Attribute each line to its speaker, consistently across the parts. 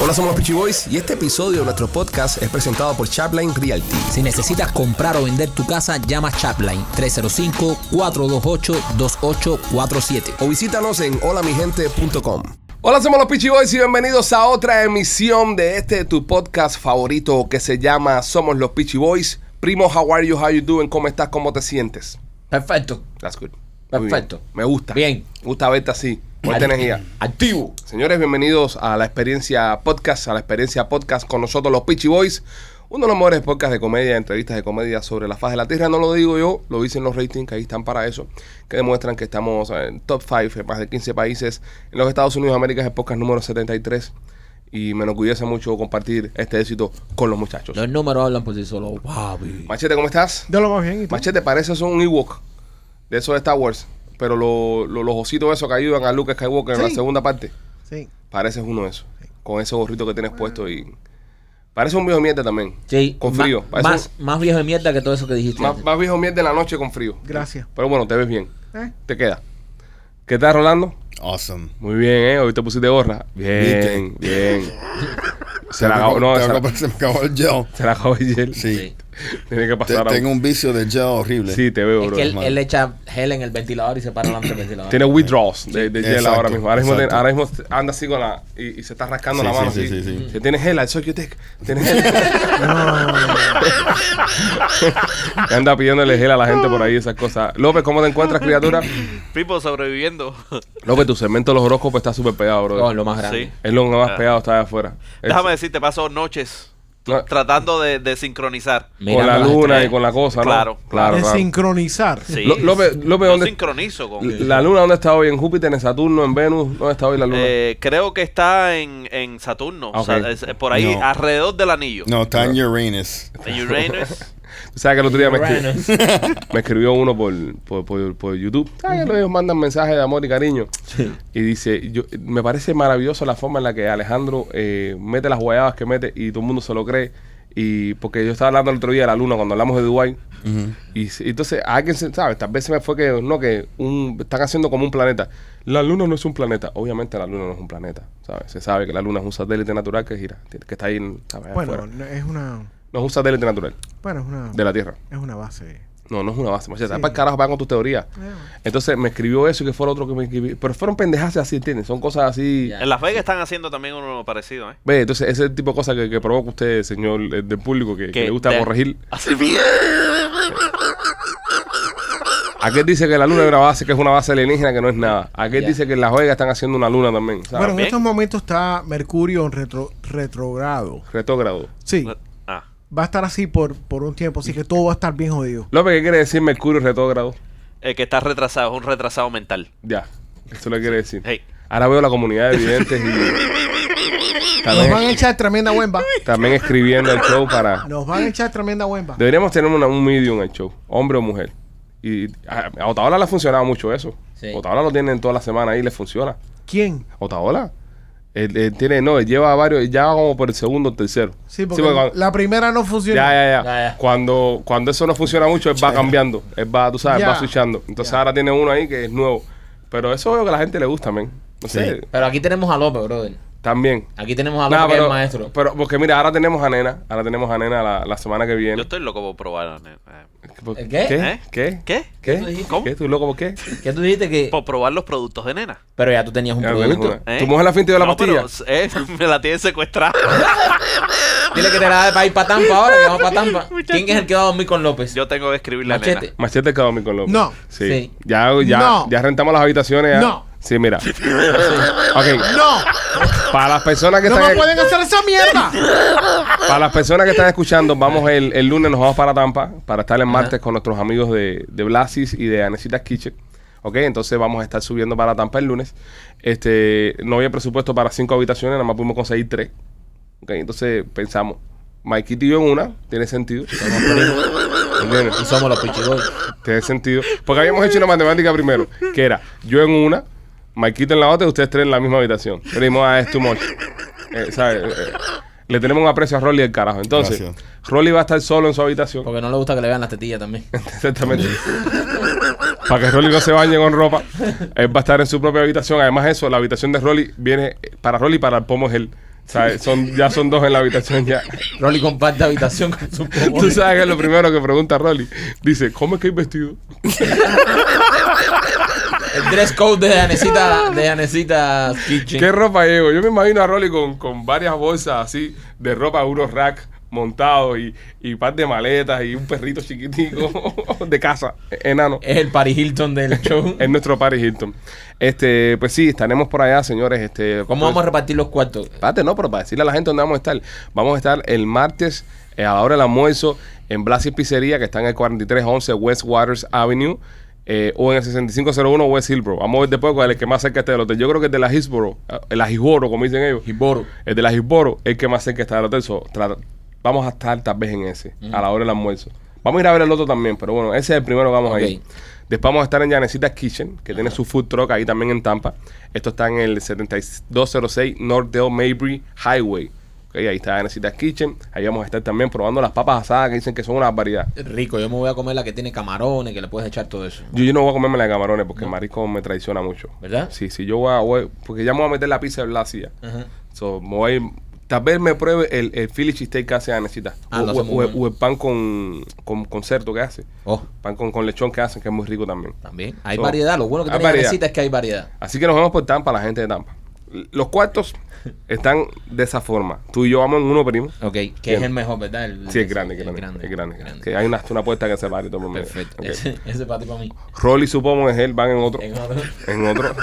Speaker 1: Hola, somos los Peachy Boys y este episodio de nuestro podcast es presentado por Chapline Realty.
Speaker 2: Si necesitas comprar o vender tu casa, llama Chapline 305-428-2847.
Speaker 1: O visítanos en holamigente.com. Hola, somos los Peachy Boys y bienvenidos a otra emisión de este tu podcast favorito que se llama Somos los Peachy Boys. Primo, how are you? How you doing? ¿Cómo estás? ¿Cómo te sientes?
Speaker 3: Perfecto.
Speaker 1: That's good. Muy bien.
Speaker 3: Perfecto.
Speaker 1: Me gusta.
Speaker 3: Bien.
Speaker 1: Me gusta verte así. Mucha energía.
Speaker 3: Activo.
Speaker 1: Señores, bienvenidos a la experiencia podcast, a la experiencia podcast con nosotros los Peachy Boys. Uno de los mejores podcasts de comedia, entrevistas de comedia sobre la faz de la tierra. No lo digo yo, lo dicen los ratings que ahí están para eso, que demuestran que estamos en top 5 en más de 15 países. En los Estados Unidos de América es el podcast número 73 y me enorgullece mucho compartir este éxito con los muchachos.
Speaker 2: Los números hablan por sí solos. Papi.
Speaker 1: Machete, ¿cómo estás?
Speaker 4: De lo más bien. ¿y tú?
Speaker 1: Machete, pareces un Ewok de esos de Star Wars, pero lo- lo- los ositos esos que ayudan a Luke Skywalker en la
Speaker 4: Sí.
Speaker 1: segunda parte.
Speaker 4: Sí.
Speaker 1: Pareces uno de esos. Con ese gorrito que tienes puesto y. Parece un viejo mierda también.
Speaker 2: Sí,
Speaker 1: Con
Speaker 2: ma-
Speaker 1: frío. Parece
Speaker 2: Más, más viejo de mierda que todo eso que dijiste.
Speaker 1: un- más, más viejo mierda en la noche con frío.
Speaker 4: Gracias.
Speaker 1: Pero bueno, te ves bien.
Speaker 4: ¿Eh?
Speaker 1: Te queda. ¿Qué tal, Rolando?
Speaker 5: Awesome.
Speaker 1: Muy bien, ¿eh? Hoy te pusiste gorra. Bien, bien. se la acabó. No, se
Speaker 5: Tengo que
Speaker 1: la,
Speaker 5: pa- se me acabó el gel.
Speaker 1: se la acabó ayer.
Speaker 5: Sí.
Speaker 2: Sí.
Speaker 1: Tiene que
Speaker 5: Te-
Speaker 1: pasar. a-
Speaker 5: tengo un vicio de gel horrible.
Speaker 1: Sí, te veo,
Speaker 2: Es
Speaker 1: bro.
Speaker 2: que él,
Speaker 5: hermano.
Speaker 2: él echa gel en el ventilador y se para delante del ventilador.
Speaker 1: Tiene withdrawals de, de gel
Speaker 5: Exacto,
Speaker 1: ahora mismo. Ahora mismo, te-
Speaker 5: exacto.
Speaker 1: ahora mismo anda así con la. Y, y se está rascando
Speaker 5: Sí,
Speaker 1: la mano.
Speaker 5: sí,
Speaker 1: así.
Speaker 5: sí, sí, sí.
Speaker 1: Se tiene gel, al Sociotec. Tiene gel. Y anda pidiéndole gel a la gente por ahí, esas cosas. López, ¿cómo te encuentras, criatura?
Speaker 6: Pipo sobreviviendo.
Speaker 1: López, tu segmento de los horóscopos está súper pegado, bro.
Speaker 2: Oh, lo más grande.
Speaker 6: Sí.
Speaker 1: Es lo más pegado, está allá afuera. Es-
Speaker 6: Déjame decirte, paso noches
Speaker 1: No,
Speaker 6: tratando de, de sincronizar.
Speaker 1: con
Speaker 2: Mirando
Speaker 1: la
Speaker 2: las
Speaker 1: luna
Speaker 2: estrellas.
Speaker 1: y con la cosa, ¿no?
Speaker 6: Claro.
Speaker 1: claro.
Speaker 4: de
Speaker 1: claro.
Speaker 4: sincronizar.
Speaker 6: Sí.
Speaker 1: Lo- López- López,
Speaker 6: Yo
Speaker 1: ¿dónde-
Speaker 6: sincronizo con.
Speaker 1: La luna, ¿dónde está hoy? ¿En Júpiter? ¿En Saturno? ¿En Venus? ¿Dónde está hoy la luna?
Speaker 6: Eh, creo que está en, en Saturno.
Speaker 1: Ah,
Speaker 6: O sea,
Speaker 1: ok.
Speaker 6: es- es por ahí,
Speaker 5: No.
Speaker 6: alrededor del anillo.
Speaker 5: No, está en Uranus.
Speaker 6: En Uranus.
Speaker 1: Tú sabes que el otro día me escribió,
Speaker 2: Uranus.
Speaker 1: me escribió uno por, por, por- por YouTube. Ah, ¿Sabes que ellos mandan mensajes de amor y cariño? Y dice, yo, me parece maravillosa la forma en la que Alejandro eh, mete las guayabas que mete y todo el mundo se lo cree. Y porque yo estaba hablando el otro día de la luna cuando hablamos de Dubái. Y se- entonces alguien se sabe, tal vez se me fue que no, que un, están haciendo como un planeta. La luna no es un planeta. Obviamente la luna no es un planeta. ¿sabes? Se sabe que la luna es un satélite natural que gira, que está ahí en- ¿sabes?
Speaker 4: Bueno,
Speaker 1: afuera.
Speaker 4: no- es una.
Speaker 1: No es un satélite natural
Speaker 4: Bueno, es una.
Speaker 1: de la Tierra.
Speaker 4: Es una base.
Speaker 1: No, no es una base, machete.
Speaker 4: Sí.
Speaker 1: Para el carajo, va con tus teorías.
Speaker 4: Eh,
Speaker 1: Entonces me escribió eso y que fue lo otro que me escribió. Pero fueron pendejas así, ¿entiendes? Son cosas así.
Speaker 2: Ya.
Speaker 6: en Las Vegas están haciendo también uno parecido, ¿eh?
Speaker 1: Ve, entonces ese tipo de cosas que, que provoca usted, señor eh, del público, que, que
Speaker 6: Que
Speaker 1: le gusta
Speaker 6: de-
Speaker 1: corregir.
Speaker 6: Así bien.
Speaker 1: Aquel dice que la luna es una base, que es una base alienígena, que no es nada. Aquel
Speaker 2: Ya.
Speaker 1: dice que en Las Vegas están haciendo una luna también, ¿sabes?
Speaker 4: Bueno, en
Speaker 6: bien.
Speaker 4: estos momentos está Mercurio en retro, retrogrado.
Speaker 1: Retógrado.
Speaker 4: Sí.
Speaker 6: Ah.
Speaker 4: Va a estar así por, por un tiempo, así que todo va a estar bien jodido.
Speaker 1: López, ¿qué quiere decir Mercurio retógrado?
Speaker 6: El Eh, que está retrasado, es un retrasado mental.
Speaker 1: Ya, eso lo quiere decir.
Speaker 6: Hey.
Speaker 1: Ahora veo la comunidad de videntes y
Speaker 4: Nos van
Speaker 1: también,
Speaker 4: a echar tremenda huemba.
Speaker 1: también escribiendo el show para...
Speaker 4: Nos van a echar tremenda huemba.
Speaker 1: Deberíamos tener una- un medium en el show, hombre o mujer. Y a, a Otaola le ha funcionado mucho eso.
Speaker 2: Sí.
Speaker 1: Otaola lo tienen toda la semana ahí, le funciona.
Speaker 4: ¿Quién?
Speaker 1: Otaola. Él, él tiene, no, él lleva varios, ya va como por el segundo o tercero.
Speaker 4: Sí, porque
Speaker 1: cuando-
Speaker 4: la primera no funciona.
Speaker 1: ya, ya, ya.
Speaker 2: Ya, ya.
Speaker 1: Cuando, cuando eso no funciona mucho, él va cambiando. Él va, tú sabes,
Speaker 4: Ya.
Speaker 1: va switchando. Entonces ahora tiene uno ahí que es nuevo. Pero eso veo que a la gente le gusta, men. No sé,
Speaker 2: Pero aquí tenemos a López, brother.
Speaker 1: también.
Speaker 2: Aquí tenemos a López,
Speaker 1: Nah,
Speaker 2: que es
Speaker 1: pero,
Speaker 2: el maestro.
Speaker 1: pero porque mira, ahora tenemos a Nena, ahora tenemos a Nena la, la semana que
Speaker 6: Yo
Speaker 1: viene.
Speaker 6: estoy loco por probar. eh,
Speaker 2: ¿El
Speaker 1: ¿Qué?
Speaker 2: qué?
Speaker 6: ¿Eh?
Speaker 1: ¿Qué?
Speaker 6: ¿Qué?
Speaker 1: ¿Qué?
Speaker 2: ¿Qué tú dijiste?
Speaker 1: ¿Cómo? ¿Qué? ¿Tú loco por qué?
Speaker 2: ¿Qué tú dijiste que...?
Speaker 6: Por probar los productos de nena. ¿eh?
Speaker 2: Pero ya tú tenías un
Speaker 1: Ya tienes
Speaker 2: producto.
Speaker 1: una. ¿Tu mujer la finta y yo la
Speaker 6: No, pero,
Speaker 1: pastilla?
Speaker 6: eh, me la tiene secuestrada.
Speaker 2: Dile que te la da para ir para Tampa ahora, que vamos para Tampa. ¿Quién es el que va a dormir con López?
Speaker 6: Yo tengo que escribir la
Speaker 2: Machete.
Speaker 6: nena.
Speaker 1: Machete Cadomi con López.
Speaker 4: No.
Speaker 1: Sí.
Speaker 2: Sí.
Speaker 1: Ya, ya,
Speaker 4: No.
Speaker 1: ya rentamos las habitaciones. ya.
Speaker 4: No.
Speaker 1: Sí, mira. Ok.
Speaker 4: ¡No!
Speaker 1: Para las personas que
Speaker 4: ¡No
Speaker 1: están
Speaker 4: me pueden hacer esa mierda!
Speaker 1: para las personas que están escuchando, vamos el, el lunes nos vamos para Tampa para estar el martes con nuestros amigos de, de Blasis y de Anesitas Kitchen. Ok, entonces vamos a estar subiendo para Tampa el lunes. Este, no había presupuesto para cinco habitaciones, nada más pudimos conseguir tres. Ok, entonces pensamos, Mikey y yo en una, tiene sentido. ¿Entiendes?
Speaker 2: Y somos los pichiboy.
Speaker 1: Tiene sentido. Porque habíamos hecho una matemática primero, que era yo en una, Maikito en la otra y ustedes tres en la misma habitación. Pero dijimos, ah, es too much. Eh, ¿sabes? Eh, le tenemos un aprecio a Rolly el carajo. Entonces,
Speaker 5: Gracias.
Speaker 1: Rolly va a estar solo en su habitación.
Speaker 2: Porque no le gusta que le vean las tetillas también.
Speaker 1: Exactamente. Para que Rolly no se bañe con ropa, él va a estar en su propia habitación. Además, eso, la habitación de Rolly viene para Rolly y para el pomo es él. ¿Sabes? Son, ya son dos en la habitación ya.
Speaker 3: Rolly comparte habitación con su
Speaker 1: Tú sabes que es lo primero que pregunta Rolly. Dice, ¿cómo es que hay vestido?
Speaker 3: El dress code de Anecita, de Anecita Kitchen.
Speaker 1: ¿Qué ropa llevo? Yo me imagino a Rolly con, con varias bolsas así de ropa, unos rack montados y, y par de maletas y un perrito chiquitico de casa, enano.
Speaker 3: Es el Paris Hilton del show.
Speaker 1: Es nuestro Paris Hilton. Este, pues sí, estaremos por allá, señores. Este,
Speaker 3: ¿Cómo vamos a repartir los cuartos?
Speaker 1: Espérate, no, pero para decirle a la gente dónde vamos a estar. Vamos a estar el martes eh, a la hora del almuerzo en Blas y Pizzería, que está en el 4311 West Waters Avenue, eh, o en el 6501 West Hillborough. Vamos a ver después cuál es el que más cerca está del hotel. Yo creo que es de la Hillsborough, eh, el Ajiboro, como dicen ellos.
Speaker 3: Giboro.
Speaker 1: El de la Hillsborough es el que más cerca está del hotel. So, tra- vamos a estar tal vez en ese, a la hora del almuerzo. Vamos a ir a ver el otro también, pero bueno, ese es el primero que vamos a ir.
Speaker 3: Ok.
Speaker 1: Después vamos a estar en Yanecita's Kitchen, que tiene su food truck ahí también en Tampa. Esto está en el 7206 Northdale Mabry Highway. Ok, ahí está Yanecita's Kitchen. Ahí vamos a estar también probando las papas asadas que dicen que son una variedad.
Speaker 3: Rico, yo me voy a comer la que tiene camarones, que le puedes echar todo eso.
Speaker 1: Yo, yo no voy a comerme las camarones porque el marisco me traiciona mucho.
Speaker 3: ¿Verdad?
Speaker 1: Sí, sí, yo voy a, voy- porque ya me voy a meter la pizza de Blasia.
Speaker 3: Ajá.
Speaker 1: So, me voy a ir- tal vez me pruebe el, el Philly cheesesteak que hace Anecita.
Speaker 3: Ah,
Speaker 1: o,
Speaker 3: lo hace
Speaker 1: o-
Speaker 3: muy
Speaker 1: o-
Speaker 3: bueno.
Speaker 1: o el pan con, con concerto que hace.
Speaker 3: Oh,
Speaker 1: Pan con, con lechón que hacen, que es muy rico también.
Speaker 3: también. Hay
Speaker 1: Oh.
Speaker 3: variedad. Lo bueno que
Speaker 1: Hay
Speaker 3: tiene
Speaker 1: variedad.
Speaker 3: Anecita es que hay variedad.
Speaker 1: Así que nos vemos por Tampa, la gente de Tampa. Los cuartos están de esa forma. Tú y yo vamos en uno primo.
Speaker 3: Ok, que
Speaker 1: Bien.
Speaker 3: es el mejor, ¿verdad? El,
Speaker 1: Sí, es grande, es
Speaker 3: el
Speaker 1: grande, es grande.
Speaker 3: grande.
Speaker 1: Que hay una, una puerta que separe todo el mundo.
Speaker 3: Perfecto. Ese, ese es para ti, para mí.
Speaker 1: Rolly supongo es él, van en otro.
Speaker 3: En otro.
Speaker 1: En otro,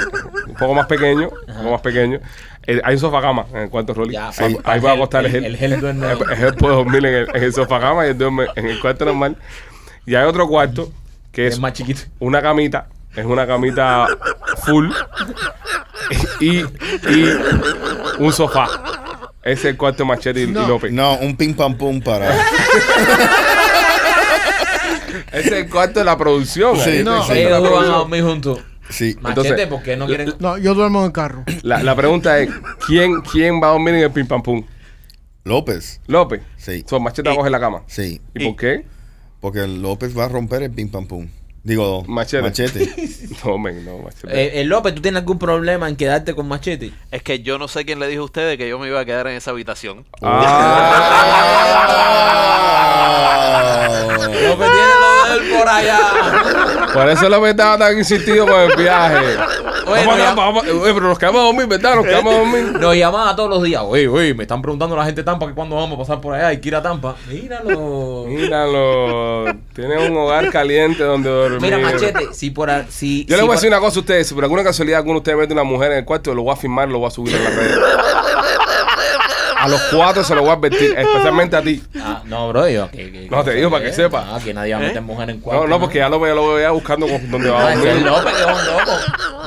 Speaker 1: un poco más pequeño, un poco más pequeño. Eh, hay un sofagama en el cuarto de Rolly.
Speaker 3: Ya,
Speaker 1: ahí,
Speaker 3: para
Speaker 1: ahí
Speaker 3: el
Speaker 1: va a
Speaker 3: gel,
Speaker 1: acostar el
Speaker 3: el-
Speaker 1: gel.
Speaker 3: el gel duerme.
Speaker 1: El, el gel puede dormir en el, en el sofagama y él duerme en el cuarto normal. Y hay otro cuarto que
Speaker 3: Es
Speaker 1: es
Speaker 3: más chiquito.
Speaker 1: una camita, es una camita full y, y un sofá. Ese es el cuarto de Machete y, y
Speaker 4: No.
Speaker 1: López.
Speaker 5: No, un pim pam pum para.
Speaker 1: Ese es el cuarto de la producción.
Speaker 5: Sí,
Speaker 1: ahí.
Speaker 5: no.
Speaker 1: Ese es el
Speaker 3: Ellos
Speaker 1: cuarto de
Speaker 3: dos
Speaker 1: la
Speaker 3: van a
Speaker 1: producción.
Speaker 3: dormir juntos.
Speaker 5: Sí.
Speaker 3: Machete,
Speaker 1: Entonces,
Speaker 3: ¿por qué no quieren?
Speaker 4: No, yo duermo en el carro.
Speaker 1: La, la pregunta es, ¿quién, ¿quién va a dormir en el pim pam pum?
Speaker 5: López.
Speaker 1: López.
Speaker 5: Sí.
Speaker 1: Son machete coge la cama.
Speaker 5: Sí.
Speaker 1: ¿Y por qué?
Speaker 5: Porque López va a romper el pim pam pum. Digo,
Speaker 1: Machete.
Speaker 5: Machete.
Speaker 1: No, men, no, machete.
Speaker 3: Eh, eh, López, ¿tú tienes algún problema en quedarte con Machete?
Speaker 6: Es que yo no sé quién le dijo a ustedes que yo me iba a quedar en esa habitación.
Speaker 3: López
Speaker 5: Ah.
Speaker 3: tiene lo de él por allá.
Speaker 1: Por eso lo estaba tan insistido con el viaje. vamos,
Speaker 3: Oye, no, ya- Eh.
Speaker 1: a- vamos a- oye, pero nos quedamos a dormir, ¿verdad? Nos quedamos a dormir.
Speaker 3: Nos llamaban todos los días. Oye, oye, me están preguntando la gente de Tampa que cuándo vamos a pasar por allá y que ir a Tampa. Míralo.
Speaker 1: Míralo. Tiene un hogar caliente donde dormir.
Speaker 3: Mira, Machete, si por a- si,
Speaker 1: Yo les voy
Speaker 3: si
Speaker 1: a
Speaker 3: por-
Speaker 1: decir una cosa a ustedes. Si por alguna casualidad alguno de ustedes mete una mujer en el cuarto, lo voy a filmar lo voy a subir en las redes. A los cuatro se lo voy a advertir, especialmente a ti.
Speaker 3: Ah, no, bro, yo. que- que-
Speaker 1: No, te digo para que sepa.
Speaker 3: Ah, que nadie va a meter
Speaker 6: ¿Eh?
Speaker 3: mujer en cuarto.
Speaker 1: No, no, porque ya lo veo, lo veo ya buscando con- dónde va
Speaker 3: Ah,
Speaker 1: a
Speaker 3: ese es
Speaker 1: dormir.
Speaker 3: López, que es un loco.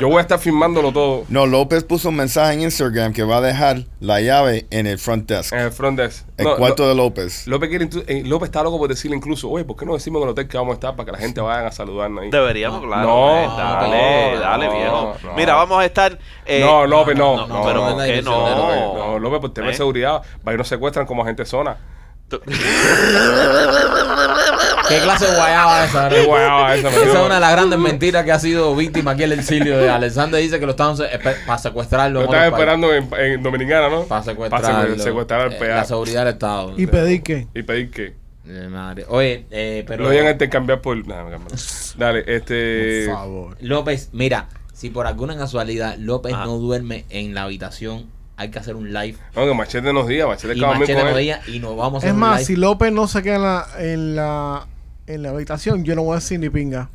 Speaker 1: Yo voy a estar filmándolo todo
Speaker 5: No, López puso un mensaje en Instagram que va a dejar la llave en el front desk.
Speaker 1: en el front desk.
Speaker 5: El
Speaker 1: Eh, No,
Speaker 5: cuarto
Speaker 1: Lo-
Speaker 5: de López.
Speaker 1: López, quiere inclu- eh, López está loco por decirle incluso, oye, ¿por qué no decimos en el hotel que vamos a estar para que la gente vayan a saludarnos ahí?
Speaker 6: Deberíamos, claro.
Speaker 1: No,
Speaker 6: eh, dale,
Speaker 1: no,
Speaker 6: dale,
Speaker 1: no,
Speaker 6: viejo.
Speaker 1: no.
Speaker 6: Mira, vamos a estar. eh,
Speaker 1: no, López, no.
Speaker 3: no,
Speaker 1: No,
Speaker 6: pero
Speaker 1: no,
Speaker 6: ¿por qué
Speaker 3: no, no,
Speaker 1: López,
Speaker 6: no?
Speaker 1: no, López, por tema de
Speaker 6: ¿Eh?
Speaker 1: seguridad, va y nos secuestran como agente zona.
Speaker 6: Tú-
Speaker 3: ¿Qué clase de guayaba es esa?
Speaker 1: Qué guayaba esa, me
Speaker 3: Esa es
Speaker 1: dio-
Speaker 3: una de las grandes mentiras que ha sido víctima aquí en el exilio. de Alexander dice que lo estaban se- espe- para secuestrarlo.
Speaker 1: Lo
Speaker 3: en
Speaker 1: están
Speaker 3: otro país.
Speaker 1: esperando en, en Dominicana, ¿no?
Speaker 3: Para secuestrarlo.
Speaker 1: Para secu- secuestrar al
Speaker 3: Eh,
Speaker 1: PA.
Speaker 3: La seguridad del Estado.
Speaker 4: Y pedí que.
Speaker 1: y pedir que
Speaker 3: Eh, madre. Oye, eh, pero.
Speaker 1: lo vayan a intercambiar por. Nah, me cambio. Dale, este.
Speaker 4: Por favor.
Speaker 3: López, mira, si por alguna casualidad López
Speaker 6: Ajá.
Speaker 3: no duerme en la habitación, hay que hacer un live.
Speaker 1: No, que machete nos diga, machete
Speaker 3: Y
Speaker 1: acaba de dormir
Speaker 3: Machete
Speaker 1: con
Speaker 3: nos
Speaker 1: él.
Speaker 3: diga y nos vamos a hacer
Speaker 4: Es
Speaker 3: un
Speaker 4: más,
Speaker 3: live.
Speaker 4: si López no se queda en la, en la, en la habitación, yo no voy a decir ni pinga.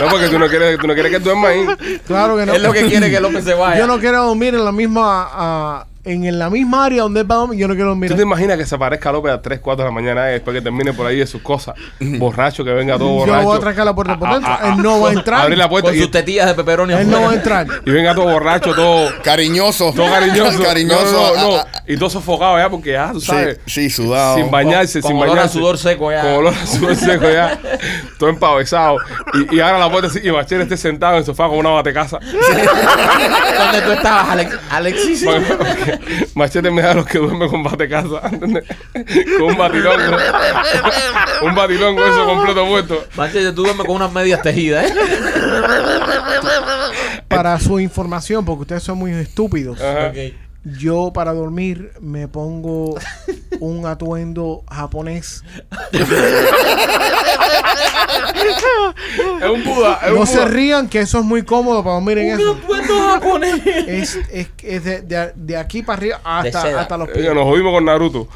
Speaker 1: No, porque tú no quieres, tú no quieres que duerma ahí.
Speaker 4: Claro que no.
Speaker 3: Es lo que quiere que López se vaya.
Speaker 4: Yo no quiero dormir en la misma ah, en la misma área donde él va a dormir. Yo no quiero dormir.
Speaker 1: ¿Tú te imaginas que se aparezca López a 3, 4 de la mañana eh, después que termine por ahí de sus cosas? Borracho, que venga todo
Speaker 4: Yo
Speaker 1: borracho.
Speaker 4: voy a trancar la puerta por dentro. Él no va a entrar.
Speaker 1: Abrir la puerta
Speaker 3: Con
Speaker 1: y,
Speaker 3: sus tetillas de peperoni.
Speaker 4: Él no
Speaker 3: afuera.
Speaker 4: va a entrar.
Speaker 1: y venga todo borracho, todo,
Speaker 5: Cariñoso.
Speaker 1: todo cariñoso. No,
Speaker 5: Cariñoso.
Speaker 1: no, no,
Speaker 5: ah, ah,
Speaker 1: Y todo sofocado ya, porque ya, tú sabes.
Speaker 5: Sí, sí, sudado.
Speaker 1: Sin bañarse,
Speaker 3: Con
Speaker 1: sin
Speaker 3: olor a
Speaker 1: bañarse.
Speaker 3: sudor seco ya.
Speaker 1: Con olor a sudor seco ya. todo empavesado. Y, y ahora la puerta así, y Machete esté sentado en el sofá con una batecaza.
Speaker 3: ¿Dónde tú estabas, Alex? Alexis.
Speaker 1: Porque- porque Machete me da los que duerme con batecasa. ¿entendés? con un batilón. un batilón con eso completo puesto.
Speaker 2: Machete, tú duermes con unas medias tejidas, ¿eh?
Speaker 4: Para su información, porque ustedes son muy estúpidos.
Speaker 1: Ajá.
Speaker 4: Yo para dormir me pongo un atuendo japonés.
Speaker 1: Es un Buda. Es
Speaker 4: No
Speaker 1: un
Speaker 4: se
Speaker 1: Buda.
Speaker 4: rían que eso es muy cómodo para dormir en eso.
Speaker 2: a poner?
Speaker 4: Es, es, es de, de- de aquí para arriba hasta,
Speaker 2: seda.
Speaker 4: hasta los
Speaker 1: Oiga,
Speaker 4: pies.
Speaker 1: nos jodimos con Naruto.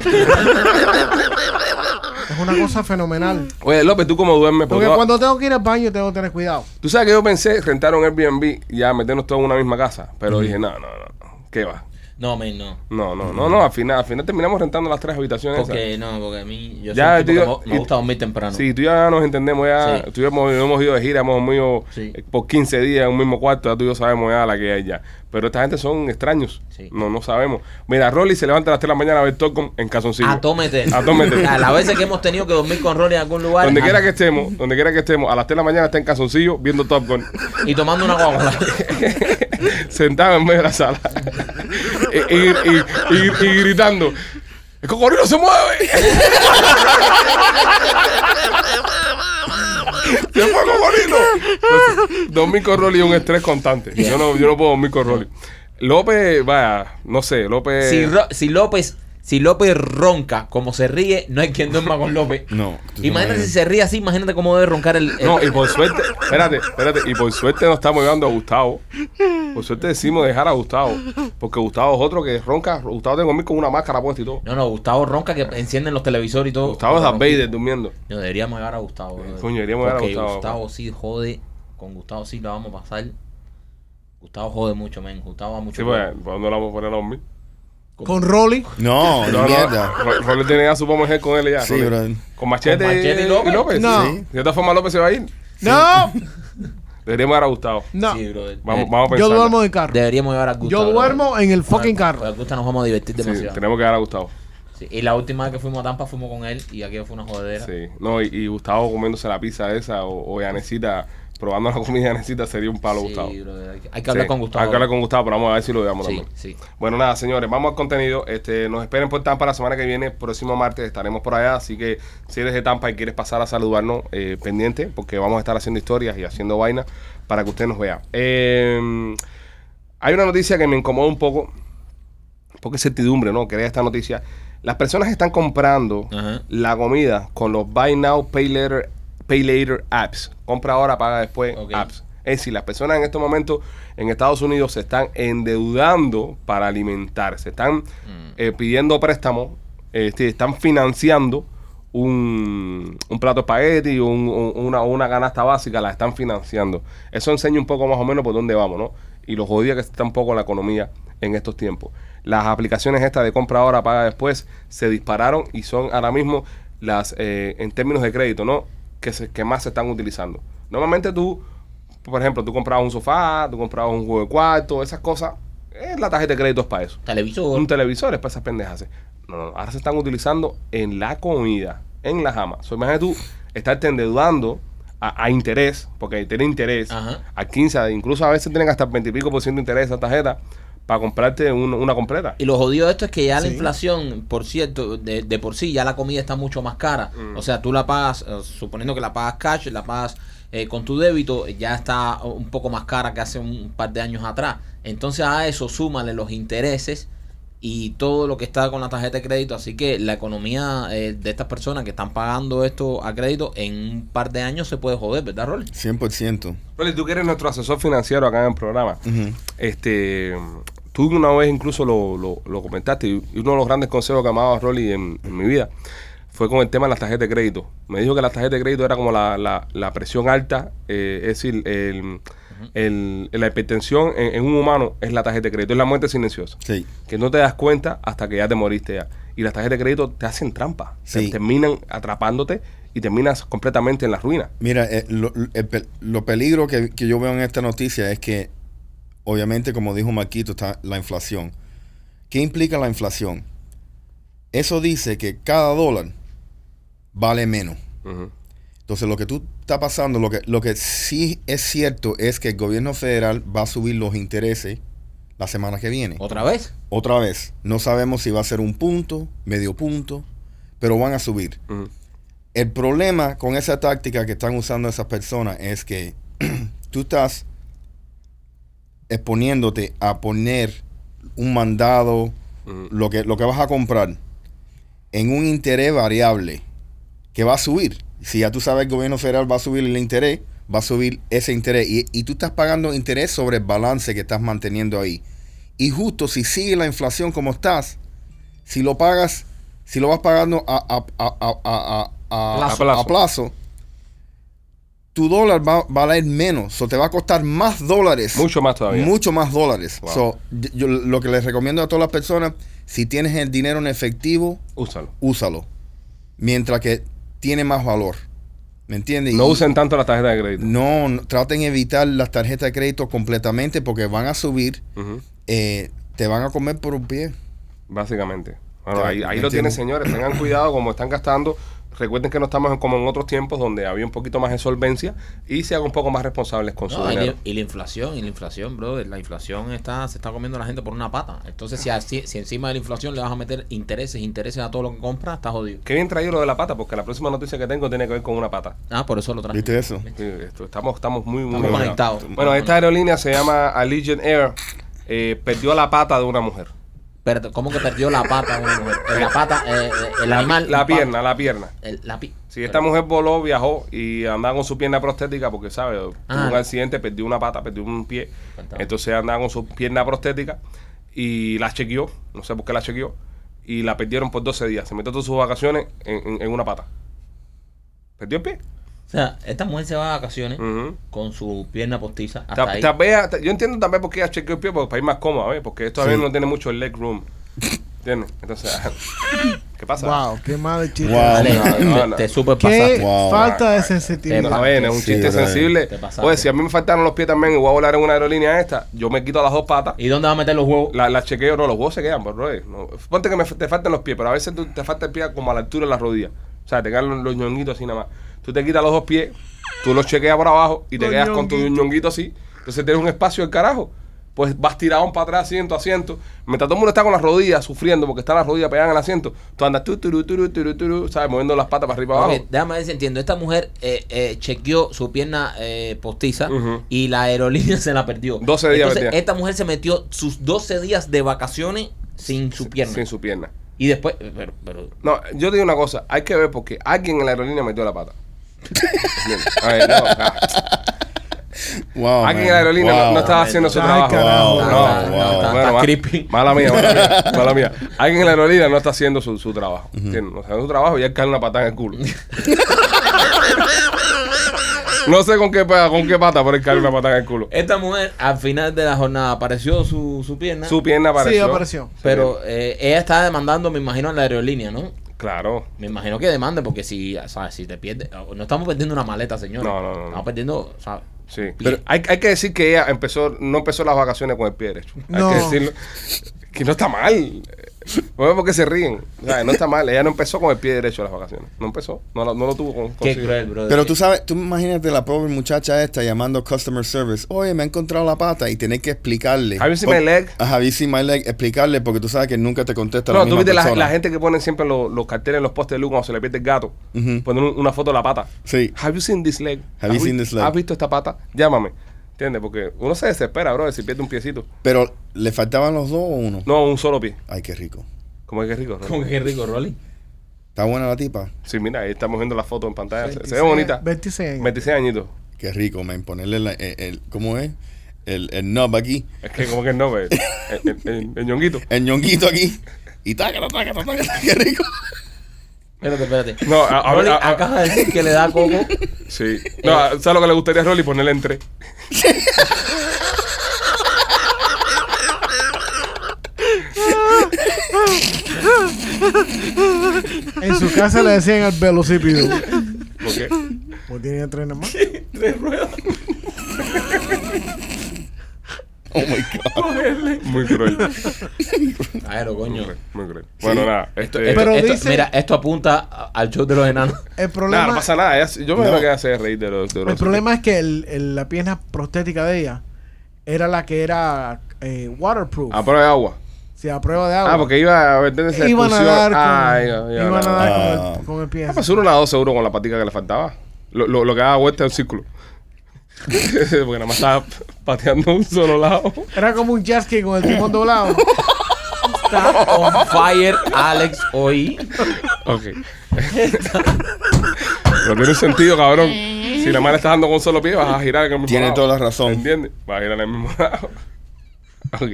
Speaker 4: Es una cosa fenomenal.
Speaker 1: Oye, López, ¿tú cómo duermes? Porque
Speaker 4: Porque
Speaker 1: tú-
Speaker 4: cuando tengo que ir al baño tengo que tener cuidado.
Speaker 1: Tú sabes que yo pensé rentar un Airbnb y ya meternos todos en una misma casa. Pero dije, no, no, no. ¿Qué va?
Speaker 3: No, men, no.
Speaker 1: No, no, no, no. Al final, al final terminamos rentando las tres habitaciones. esas.
Speaker 3: Porque no, porque a mí. Yo
Speaker 1: Ya,
Speaker 3: soy un tipo
Speaker 1: tío,
Speaker 3: que me, me
Speaker 1: y-
Speaker 3: gusta dormir temprano.
Speaker 1: Sí, tú ya nos entendemos, ya
Speaker 3: Sí.
Speaker 1: tú y yo hemos, hemos ido de gira, hemos dormido
Speaker 3: Sí.
Speaker 1: eh, por 15 días en un mismo cuarto, ya tú y yo sabemos ya la que hay ya. Pero esta gente son extraños,
Speaker 3: Sí.
Speaker 1: no no sabemos. Mira, Rolly se levanta a las 3 de la mañana a ver Torcom en calzoncillo.
Speaker 3: Atómete.
Speaker 1: Atómete.
Speaker 3: A las veces que hemos tenido que dormir con Rolly en algún lugar.
Speaker 1: Donde quiera
Speaker 3: a-
Speaker 1: que estemos, donde quiera que estemos, a las 3 de la mañana está en calzoncillo viendo Top Gun,
Speaker 3: Y tomando una guagua.
Speaker 1: sentado en medio de la sala y, y- y- y- y gritando, ¡El cocodrilo se mueve! ¡Se fue el cocodrilo! Entonces, Dormir con Rolly es un estrés constante. Yo no, yo no puedo dormir con Rolly. López, vaya, no sé, López...
Speaker 2: Si, Ro- si López. Si López ronca como se ríe, no hay quien duerma con López.
Speaker 5: No, tú te
Speaker 3: imagínate
Speaker 5: imaginas.
Speaker 3: si se ríe así, imagínate cómo debe roncar el. el-
Speaker 1: No, y por suerte, espérate, espérate, y por suerte no estamos llevando a Gustavo. Por suerte decimos dejar a Gustavo. Porque Gustavo es otro que ronca. Gustavo tiene que dormir con una máscara puesta y todo.
Speaker 3: No, no, Gustavo ronca que encienden los televisores y todo.
Speaker 1: Gustavo es Darth Vader durmiendo.
Speaker 3: No, deberíamos llegar a Gustavo. brother.
Speaker 1: Coño, deberíamos llegar a
Speaker 3: Porque
Speaker 1: Gustavo.
Speaker 3: Gustavo sí jode. Con Gustavo sí la vamos a pasar. Gustavo jode mucho, men. Gustavo va mucho.
Speaker 1: Sí, pues, pues no la vamos a poner a dormir.
Speaker 4: Con Rolly.
Speaker 5: No,
Speaker 1: No, no,
Speaker 5: mierda.
Speaker 1: Ro- Rolly tiene ya su mujer con él ya.
Speaker 5: Sí,
Speaker 1: Rolly.
Speaker 5: brother.
Speaker 1: Con Machete,
Speaker 3: ¿Con Machete
Speaker 1: y
Speaker 3: y
Speaker 1: López.
Speaker 3: López?
Speaker 4: No.
Speaker 5: Sí.
Speaker 1: De esta forma López se va a ir.
Speaker 4: No,
Speaker 1: Deberíamos llegar a Gustavo.
Speaker 4: no.
Speaker 3: Sí, brother.
Speaker 1: Vamos,
Speaker 3: Eh,
Speaker 1: vamos a pensar.
Speaker 4: Yo duermo en el carro.
Speaker 3: Deberíamos llevar a Gustavo.
Speaker 4: Yo duermo en el fucking
Speaker 3: Con
Speaker 4: carro.
Speaker 3: Augusta nos vamos a divertir
Speaker 1: Sí,
Speaker 3: demasiado.
Speaker 1: tenemos que llegar a Gustavo.
Speaker 3: Sí, Y la última vez que fuimos a Tampa fuimos con él y aquello fue una jodedera.
Speaker 1: Sí. No, y, y Gustavo comiéndose la pizza esa o, o Yanecita, probando la comida de Yanecita sería un palo,
Speaker 3: Sí,
Speaker 1: Gustavo.
Speaker 3: brother, hay que- hay que hablar
Speaker 1: Sí,
Speaker 3: con Gustavo.
Speaker 1: Hay que hablar con Gustavo, pero vamos a ver si lo veamos
Speaker 3: Sí,
Speaker 1: también.
Speaker 3: sí.
Speaker 1: Bueno, nada, señores, vamos al contenido. Este, nos esperen por Tampa la semana que viene, próximo martes estaremos por allá. Así que si eres de Tampa y quieres pasar a saludarnos, eh, pendiente, porque vamos a estar haciendo historias y haciendo vainas para que usted nos vea. Eh, hay una noticia que me incomoda un poco, porque es certidumbre, ¿no? Quería esta noticia. Las personas están comprando
Speaker 3: Ajá.
Speaker 1: la comida con los Buy Now, Pay Later, Pay Later apps. Compra ahora, paga después
Speaker 3: Ok.
Speaker 1: apps. Es decir, las personas en estos momentos en Estados Unidos se están endeudando para alimentarse. Están eh, pidiendo préstamos, eh, sí, están financiando un, un plato de espagueti, un- un- una, una canasta básica, la están financiando. Eso enseña un poco más o menos por dónde vamos, ¿no? Y lo jodida que está un poco la economía en estos tiempos. Las aplicaciones estas de compra ahora, paga después, se dispararon y son ahora mismo las, eh, en términos de crédito, ¿no? Que, se- que más se están utilizando. Normalmente tú por ejemplo, tú comprabas un sofá, tú comprabas un juego de cuarto, esas cosas. eh, la tarjeta de crédito es para eso.
Speaker 3: Televisor.
Speaker 1: Un televisor es para esas pendejas. No, no, no, ahora se están utilizando en la comida, en la jama. So, imagínate tú estarte endeudando a, a interés, porque tiene interés,
Speaker 3: Ajá.
Speaker 1: a 15, incluso a veces tienen hasta el 20 y pico por ciento de interés esa tarjeta para comprarte un- una completa.
Speaker 3: Y lo jodido de esto es que ya la inflación, por cierto, de, de por sí, ya la comida está mucho más cara. O sea, tú la pagas, eh, suponiendo que la pagas cash, la pagas eh, con tu débito, ya está un poco más cara que hace un par de años atrás. Entonces a eso súmale los intereses y todo lo que está con la tarjeta de crédito. Así que la economía eh, de estas personas que están pagando esto a crédito en un par de años se puede joder, ¿verdad, Rolly?
Speaker 5: 100%.
Speaker 1: Rolly, tú que eres nuestro asesor financiero acá en el programa.
Speaker 5: Ujú.
Speaker 1: Este, tú una vez incluso lo, lo- lo comentaste y uno de los grandes consejos que me ha dado Rolly en, en mi vida fue con el tema de las tarjetas de crédito. Me dijo que las tarjetas de crédito era como la, la- la presión alta, eh, es decir, el- el- la hipertensión en, en un humano es la tarjeta de crédito, es la muerte silenciosa.
Speaker 5: Sí.
Speaker 1: Que no te das cuenta hasta que ya te moriste ya. Y las tarjetas de crédito te hacen trampa. Te-
Speaker 5: Sí.
Speaker 1: terminan atrapándote y terminas completamente en la ruina.
Speaker 5: Mira, eh, lo, el pe- lo peligro que, que yo veo en esta noticia es que, obviamente, como dijo Marquito, está la inflación. ¿Qué implica la inflación? Eso dice que cada dólar vale menos.
Speaker 1: Ujú.
Speaker 5: Entonces, lo que tú está pasando, lo que, lo que sí es cierto es que el gobierno federal va a subir los intereses, la semana que viene.
Speaker 3: ¿Otra vez?
Speaker 5: Otra vez, no sabemos si va a ser un punto, medio punto, pero van a subir.
Speaker 1: Ujú.
Speaker 5: El problema con esa táctica que están usando esas personas es que tú estás exponiéndote a poner un mandado,
Speaker 1: Ujú.
Speaker 5: lo que, lo que vas a comprar, en un interés variable que va a subir. Si ya tú sabes que el gobierno federal va a subir el interés, va a subir ese interés. Y, y tú estás pagando interés sobre el balance que estás manteniendo ahí. Y justo si sigue la inflación como estás, si lo pagas, si lo vas pagando a, a- a- a- a- a- a-
Speaker 1: Plazo.
Speaker 5: a plazo. tu dólar va, va a valer menos. O te va a costar más dólares.
Speaker 1: Mucho más todavía.
Speaker 5: Mucho más dólares.
Speaker 1: Wow.
Speaker 5: So, yo- yo lo que les recomiendo a todas las personas, si tienes el dinero en efectivo,
Speaker 1: Úsalo.
Speaker 5: úsalo. Mientras que tiene más valor. ¿Me entiendes?
Speaker 1: No
Speaker 5: Y-
Speaker 1: usen tanto la tarjeta de crédito.
Speaker 5: No, no, traten de evitar las tarjetas de crédito completamente porque van a subir,
Speaker 1: Ujú.
Speaker 5: eh, te van a comer por un pie.
Speaker 1: Básicamente. Bueno,
Speaker 5: Claro,
Speaker 1: ahí, ahí
Speaker 5: entiendo.
Speaker 1: lo tienen, señores. Tengan cuidado como están gastando. Recuerden que no estamos como en otros tiempos donde había un poquito más de solvencia y se hagan un poco más responsables con su
Speaker 3: No, y, la,
Speaker 1: dinero.
Speaker 3: y la inflación, y la inflación, brother, la inflación está, se está comiendo a la gente por una pata. Entonces, si, así- si encima de la inflación le vas a meter intereses, intereses a todo lo que compras, estás jodido.
Speaker 1: Qué bien traído lo de la pata, porque la próxima noticia que tengo tiene que ver con una pata.
Speaker 3: Ah, por eso lo traje.
Speaker 5: ¿Viste eso?
Speaker 1: Sí, esto- Estamos, estamos muy, muy
Speaker 3: Estamos
Speaker 1: bien.
Speaker 3: conectados.
Speaker 1: Bueno, esta aerolínea se llama Allegiant Air. Eh, perdió la pata de una mujer.
Speaker 3: Pero, ¿Cómo que perdió la pata una mujer? Eh, La pata, eh, eh, el animal.
Speaker 1: La
Speaker 3: pa-
Speaker 1: pierna, la pierna.
Speaker 3: el- la pi-
Speaker 1: Si esta mujer voló, viajó y andaba con su pierna prostética porque, ¿sabes? Tuvo
Speaker 3: Ah.
Speaker 1: un accidente, perdió una pata, perdió un pie.
Speaker 3: Fantástico.
Speaker 1: Entonces andaba con su pierna prostética y la chequeó, no sé por qué la chequeó, y la perdieron por 12 días. Se metió todas sus vacaciones en, en- en una pata. ¿Perdió el pie?
Speaker 3: O sea, esta mujer se va de vacaciones
Speaker 1: Ujú.
Speaker 3: con su pierna postiza. Hasta
Speaker 1: Ta-
Speaker 3: ahí.
Speaker 1: ta- vea, ta- yo entiendo también por qué ella chequeó el pie, porque para ir más cómoda, ¿ves? Porque esto a veces
Speaker 5: Sí.
Speaker 1: no tiene mucho el leg room. ¿Entiendes? Entonces, ¿qué pasa?
Speaker 4: Wow, qué mal chiste.
Speaker 5: Wow.
Speaker 3: Dale,
Speaker 1: No, no,
Speaker 3: te-
Speaker 1: no.
Speaker 3: te, super
Speaker 4: Qué
Speaker 3: pasaste.
Speaker 5: Wow.
Speaker 4: falta de
Speaker 1: No,
Speaker 4: sensibilidad.
Speaker 1: a ver, no es un
Speaker 5: Sí,
Speaker 1: chiste
Speaker 5: brother.
Speaker 1: sensible.
Speaker 3: Te pasaste.
Speaker 1: Oye, si a mí me faltaron los pies también y voy a volar en una aerolínea esta, yo me quito las dos patas.
Speaker 3: ¿Y dónde va a meter los huevos?
Speaker 1: La, la chequeo, no, los huevos se quedan, bro. eh, no. Ponte que me, te faltan los pies, pero a veces tú- te falta el pie como a la altura de las rodillas. O sea, te quedan los, los ñonguitos así nada más. Tú te quitas los dos pies, tú los chequeas por abajo y te
Speaker 4: Los
Speaker 1: quedas con tu
Speaker 4: ñonguitos.
Speaker 1: ñonguito así. Entonces tienes un espacio del carajo. Pues vas tirado para atrás, asiento, asiento. Mientras todo el mundo está con las rodillas sufriendo porque están las rodillas pegadas en el asiento, tú andas tú, tú, tú, tú, tú, ¿sabes? Moviendo las patas para arriba y para
Speaker 3: Ok,
Speaker 1: abajo.
Speaker 3: déjame ver si entiendo. Esta mujer eh, eh, chequeó su pierna eh, postiza
Speaker 1: Ujú.
Speaker 3: y la aerolínea se la perdió.
Speaker 1: 12 días
Speaker 3: Entonces,
Speaker 1: perdida.
Speaker 3: esta mujer se metió sus 12 días de vacaciones sin su pierna.
Speaker 1: Sin su pierna.
Speaker 3: Y después. eh, Pero, pero-
Speaker 1: No, yo te digo una cosa, hay que ver porque alguien en la aerolínea metió la pata. ¿Entiendes? A ver, no, ah, alguien
Speaker 5: Wow, Oh, man.
Speaker 1: en la aerolínea no- no,
Speaker 5: Wow.
Speaker 1: estaba haciendo su
Speaker 4: Ay,
Speaker 1: trabajo. No,
Speaker 4: carajo.
Speaker 5: Wow,
Speaker 1: no,
Speaker 5: wow.
Speaker 1: no,
Speaker 5: Está-
Speaker 1: bueno,
Speaker 3: está
Speaker 1: ma-
Speaker 3: creepy.
Speaker 1: Mala mía, mala mía, mala mía. Alguien en la aerolínea no está haciendo su, su trabajo. ¿Entiendes? No está haciendo su trabajo y él cae una patada en el culo. no sé con qué, pa- con qué pata, pero él cae una patada en el culo.
Speaker 3: esta mujer al final de la jornada apareció su, su pierna.
Speaker 1: Su pierna
Speaker 4: Sí,
Speaker 1: apareció.
Speaker 4: apareció.
Speaker 3: pero eh, ella estaba demandando, me imagino, a la aerolínea, ¿no?
Speaker 1: Claro.
Speaker 3: Me imagino que demande porque si, ¿sabes? si te pierdes. No estamos perdiendo una maleta, señora.
Speaker 1: No, no, no, no.
Speaker 3: Estamos perdiendo, ¿sabes?
Speaker 1: Sí.
Speaker 3: Pero-
Speaker 1: hay, hay que decir que ella empezó, no empezó las vacaciones con el pie derecho.
Speaker 4: No.
Speaker 1: Hay que decirlo. Que no está mal. Bueno, porque se ríen. O sea, no está mal. Ella no empezó con el pie derecho las vacaciones. No empezó. No, lo- no lo tuvo con
Speaker 3: Qué
Speaker 1: consigo.
Speaker 3: cruel, brother.
Speaker 5: Pero tú sabes, tú imagínate la pobre muchacha esta llamando customer service. Oye, me ha encontrado la pata y tener que explicarle.
Speaker 1: Have you seen
Speaker 5: Por-
Speaker 1: my leg?
Speaker 5: Ajá, have you seen my leg? Explicarle porque tú sabes que nunca te contesta la
Speaker 1: No, tú
Speaker 5: misma
Speaker 1: viste la,
Speaker 5: persona.
Speaker 1: la gente que ponen siempre los, los carteles en los postes de luz cuando se le pierde el gato.
Speaker 5: Ujú.
Speaker 1: Ponen un- una foto de la pata.
Speaker 5: Sí.
Speaker 1: Have you seen this leg?
Speaker 5: Have you
Speaker 1: ¿Has
Speaker 5: seen
Speaker 1: vi-
Speaker 5: this leg?
Speaker 1: ¿Has visto esta pata? Llámame. ¿Entiendes? Porque uno se desespera, bro, si pierde un piecito.
Speaker 5: Pero, ¿le faltaban los dos o uno?
Speaker 1: No, un solo pie.
Speaker 5: Ay, qué rico.
Speaker 1: Como es que rico, bro.
Speaker 3: Con qué rico, Rolly.
Speaker 5: Está buena la tipa.
Speaker 1: Sí, mira, ahí estamos viendo la foto en pantalla. Se- se ve bonita.
Speaker 4: 26 años.
Speaker 1: 26 añitos.
Speaker 5: Qué rico, man. Ponerle la- el, el- ¿Cómo es? El, el knob aquí.
Speaker 1: Es que como que no, pues, el, el, el- el ñonguito.
Speaker 5: El ñonguito aquí. Y tácata, tácata, tácata. Qué rico.
Speaker 3: Espérate, espérate.
Speaker 1: No, a- a-
Speaker 3: Rolly
Speaker 1: a- a-
Speaker 3: acaba de decir que le da coco.
Speaker 1: Sí. No, ¿sabes lo que le gustaría a Rolly? Ponerle en tres.
Speaker 4: En su casa le decían al velocípido.
Speaker 1: ¿Por qué?
Speaker 4: Pues tiene tres nomás.
Speaker 5: Oh my God.
Speaker 1: Muy cruel.
Speaker 3: Claro, coño.
Speaker 1: Muy cruel. Bueno, nada.
Speaker 3: Esto,
Speaker 1: este-
Speaker 3: esto-
Speaker 4: Pero
Speaker 3: esto-
Speaker 4: dice-
Speaker 3: Mira, esto apunta a- al show de los enanos.
Speaker 4: El
Speaker 1: nada, no
Speaker 4: problema,
Speaker 1: pasa nada. ella- Yo me
Speaker 5: No.
Speaker 1: creo que hace reír de los. de
Speaker 4: el
Speaker 1: los-
Speaker 4: problema es que el- el- la pierna prostética de ella era la que era eh, waterproof.
Speaker 1: A prueba de Ah, agua.
Speaker 4: si a prueba de agua.
Speaker 1: Ah, porque iba a vender esa
Speaker 4: iban a
Speaker 1: excursión.
Speaker 4: nadar con,
Speaker 1: Ah, iba- iba a
Speaker 4: iban a
Speaker 1: nadar.
Speaker 4: nadar
Speaker 5: Ah.
Speaker 4: con, el, con el pie.
Speaker 1: Ah, pues uno nadó seguro con la patica que le faltaba. Lo, lo, lo que daba vuelta en círculo. Porque nada más estaba pateando un solo lado.
Speaker 4: Era como un jet ski con el timón doblado.
Speaker 3: Está on fire Alex hoy.
Speaker 1: Ok. Pero tiene un sentido, cabrón. Si la madre está dando con un solo pie, vas a girar en el mismo
Speaker 5: Tiene
Speaker 1: lado.
Speaker 5: toda la razón.
Speaker 1: ¿Entiendes? Vas a girar en el mismo lado. Ok.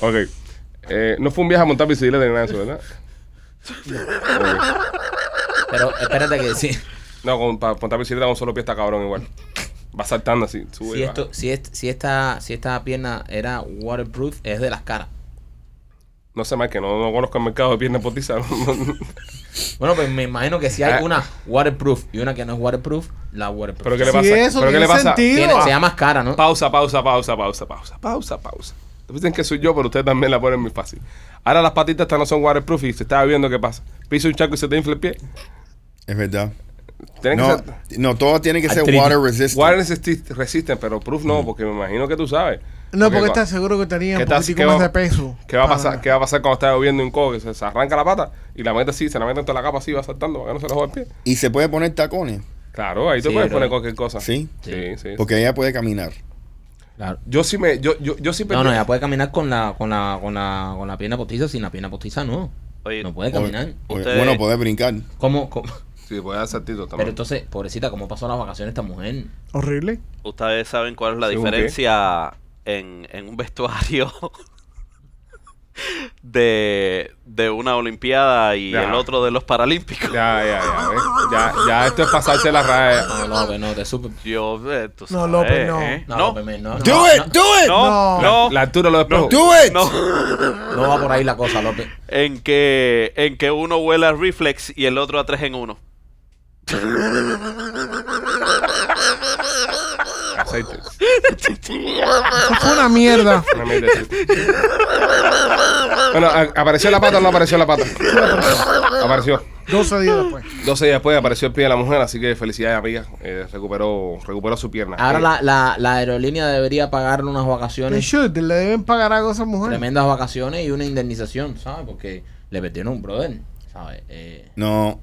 Speaker 1: Ok. Eh, no fue un viaje a montar bicicleta ni nada de eso, ¿verdad? Ok.
Speaker 3: Pero espérate que si,
Speaker 1: No, con, para montar bicicleta con un solo pie está cabrón igual. Va saltando así. Sube y
Speaker 3: si,
Speaker 1: baja.
Speaker 3: esto, si, est- si, esta, si esta pierna era waterproof, es de las caras.
Speaker 1: No sé más que no, no conozco el mercado de piernas potizas. No, no, no.
Speaker 3: Bueno, pues me imagino que si hay
Speaker 1: Ah.
Speaker 3: una waterproof y una que no es waterproof, la waterproof.
Speaker 1: Pero ¿qué le
Speaker 4: Sí,
Speaker 1: pasa?
Speaker 4: eso
Speaker 1: ¿Pero qué
Speaker 4: tiene
Speaker 1: le pasa?
Speaker 4: sentido.
Speaker 3: Tiene- se llama cara, ¿no?
Speaker 1: Pausa, pausa, pausa, pausa, pausa, pausa, pausa. Dicen que soy yo, pero ustedes también la ponen muy fácil. Ahora las patitas estas no son waterproof y se está viendo qué pasa. Pisa un charco y se te infla el pie.
Speaker 5: Es verdad.
Speaker 1: Tienen
Speaker 5: No,
Speaker 1: que ser
Speaker 5: no, todo tiene que ser
Speaker 3: Artritis.
Speaker 5: water resistant.
Speaker 1: water resist- resistant, pero proof no, porque me imagino que tú sabes.
Speaker 4: No, porque
Speaker 1: cua-
Speaker 4: estás Ah, seguro que tenía
Speaker 1: ¿Qué
Speaker 4: un
Speaker 1: tal si-
Speaker 4: poquitico
Speaker 1: qué
Speaker 4: más
Speaker 1: va-
Speaker 4: de peso.
Speaker 1: ¿Qué va a
Speaker 4: para-
Speaker 1: pasar? ¿Qué va a pasar cuando está lloviendo un codo? Que se, se arranca la pata y la mete así, se la mete en toda la capa así, va saltando para que no se le joda el pie.
Speaker 5: Y se puede poner tacones,
Speaker 1: Claro, ahí tú
Speaker 3: Sí,
Speaker 1: puedes
Speaker 3: bro.
Speaker 1: poner cualquier cosa.
Speaker 5: ¿sí?
Speaker 1: Sí, sí.
Speaker 5: Porque ella puede caminar.
Speaker 3: Claro.
Speaker 1: Yo sí me, yo, yo, yo sí
Speaker 3: No, no,
Speaker 1: perdí-
Speaker 3: ya puede caminar con la, con la, con la, con la pierna postiza, sin la pierna postiza no.
Speaker 6: Oye,
Speaker 3: no puede
Speaker 5: O-
Speaker 3: caminar.
Speaker 5: o-
Speaker 6: Ustedes-
Speaker 5: Bueno, puede brincar.
Speaker 3: ¿Cómo, cómo?
Speaker 1: Sí, puede dar saltitos
Speaker 3: Pero
Speaker 1: también.
Speaker 3: entonces, pobrecita, ¿cómo pasó las vacaciones esta mujer?
Speaker 4: Horrible.
Speaker 6: Ustedes saben cuál es la
Speaker 1: ¿Según qué?
Speaker 6: diferencia en, en un vestuario de, de una Olimpiada y
Speaker 1: Ya.
Speaker 6: el otro de los Paralímpicos.
Speaker 1: Ya, ya, ya, ¿ves? ya. Ya esto es pasarse la raya.
Speaker 3: No, López, no, te supe.
Speaker 6: Yo, eh, tú
Speaker 4: No,
Speaker 6: sabes,
Speaker 4: López, no.
Speaker 6: ¿eh?
Speaker 3: No,
Speaker 6: No,
Speaker 3: López,
Speaker 6: pues,
Speaker 3: men, no.
Speaker 5: ¡Do
Speaker 3: no,
Speaker 5: it! ¡Do it!
Speaker 4: No.
Speaker 6: no, no,
Speaker 1: La altura de los espejos.
Speaker 5: ¡Do it!
Speaker 6: no.
Speaker 3: no va por ahí la cosa, López.
Speaker 6: En que, en que uno huela reflex y el otro a tres en uno.
Speaker 1: Aceite.
Speaker 4: Eso fue una mierda.
Speaker 1: Una mierda de aceite. Bueno, a- ¿apareció la pata o no apareció la pata? Apareció.
Speaker 4: 12 días después.
Speaker 1: 12 días después apareció el pie de la mujer, así que felicidades, amiga. Eh, recuperó, recuperó su pierna.
Speaker 3: Ahora
Speaker 1: Eh,
Speaker 3: la, la, la aerolínea debería pagarle unas
Speaker 4: They
Speaker 3: vacaciones,
Speaker 4: should, le deben pagar algo a esa mujer.
Speaker 3: tremendas vacaciones y una indemnización, ¿sabes? Porque le metieron un brother, ¿sabes? Eh,
Speaker 5: No,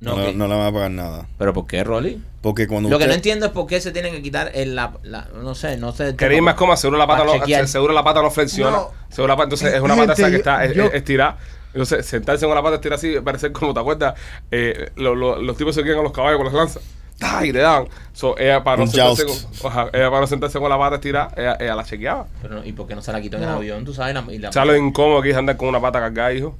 Speaker 3: no,
Speaker 5: no,
Speaker 3: ¿qué?
Speaker 5: no le van a pagar nada.
Speaker 3: ¿Pero por qué, Rolly?
Speaker 5: Porque cuando
Speaker 3: Lo que no
Speaker 5: usted-
Speaker 3: entiendo es por qué se tienen que quitar el, la, la- No sé, no sé.
Speaker 1: Queréis más coma, seguro la pata
Speaker 3: Para
Speaker 1: no,
Speaker 3: chequear.
Speaker 1: se- seguro la pata no flexiona.
Speaker 4: No.
Speaker 1: Seguro la pata, entonces es una
Speaker 4: Gente,
Speaker 1: pata esa que está es-
Speaker 4: yo-
Speaker 1: es- estirada. Entonces, sentarse con la pata estirada así, parecer como te acuerdas, eh, lo- lo- los tipos se quedan con los caballos con las lanzas. ¡tá! Y le daban. So, ella para no
Speaker 5: Un
Speaker 1: sentarse
Speaker 5: joust.
Speaker 1: con, ajá, ella para no sentarse con la pata estirada, ella, ella la chequeaba.
Speaker 3: Pero no, ¿Y por qué no se la quitó en el
Speaker 4: No.
Speaker 3: avión? ¿Tú sabes? La- y la-
Speaker 1: ¿Sabes lo incómodo que es andar con una pata cargada, hijo?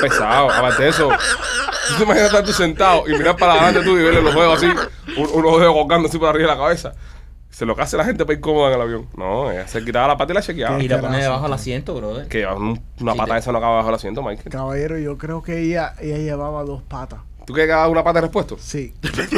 Speaker 1: Pesado, aparte de eso. ¿Tú te imaginas estar tú sentado y mirar para adelante tú y verle los juegos así, un- unos dedos colgando así para arriba de la cabeza? Se lo que hace la gente para ir cómoda en el avión. No, ella se quitaba la pata y la chequeaba.
Speaker 3: Y la pone debajo del asiento, brother.
Speaker 1: Que un- una
Speaker 3: Sí,
Speaker 1: pata
Speaker 3: te-
Speaker 1: esa no acaba bajo el asiento, Mike.
Speaker 4: Caballero, yo creo que ella, ella llevaba dos patas.
Speaker 1: ¿Tú crees que haga una pata de repuesto?
Speaker 4: Sí. yo creo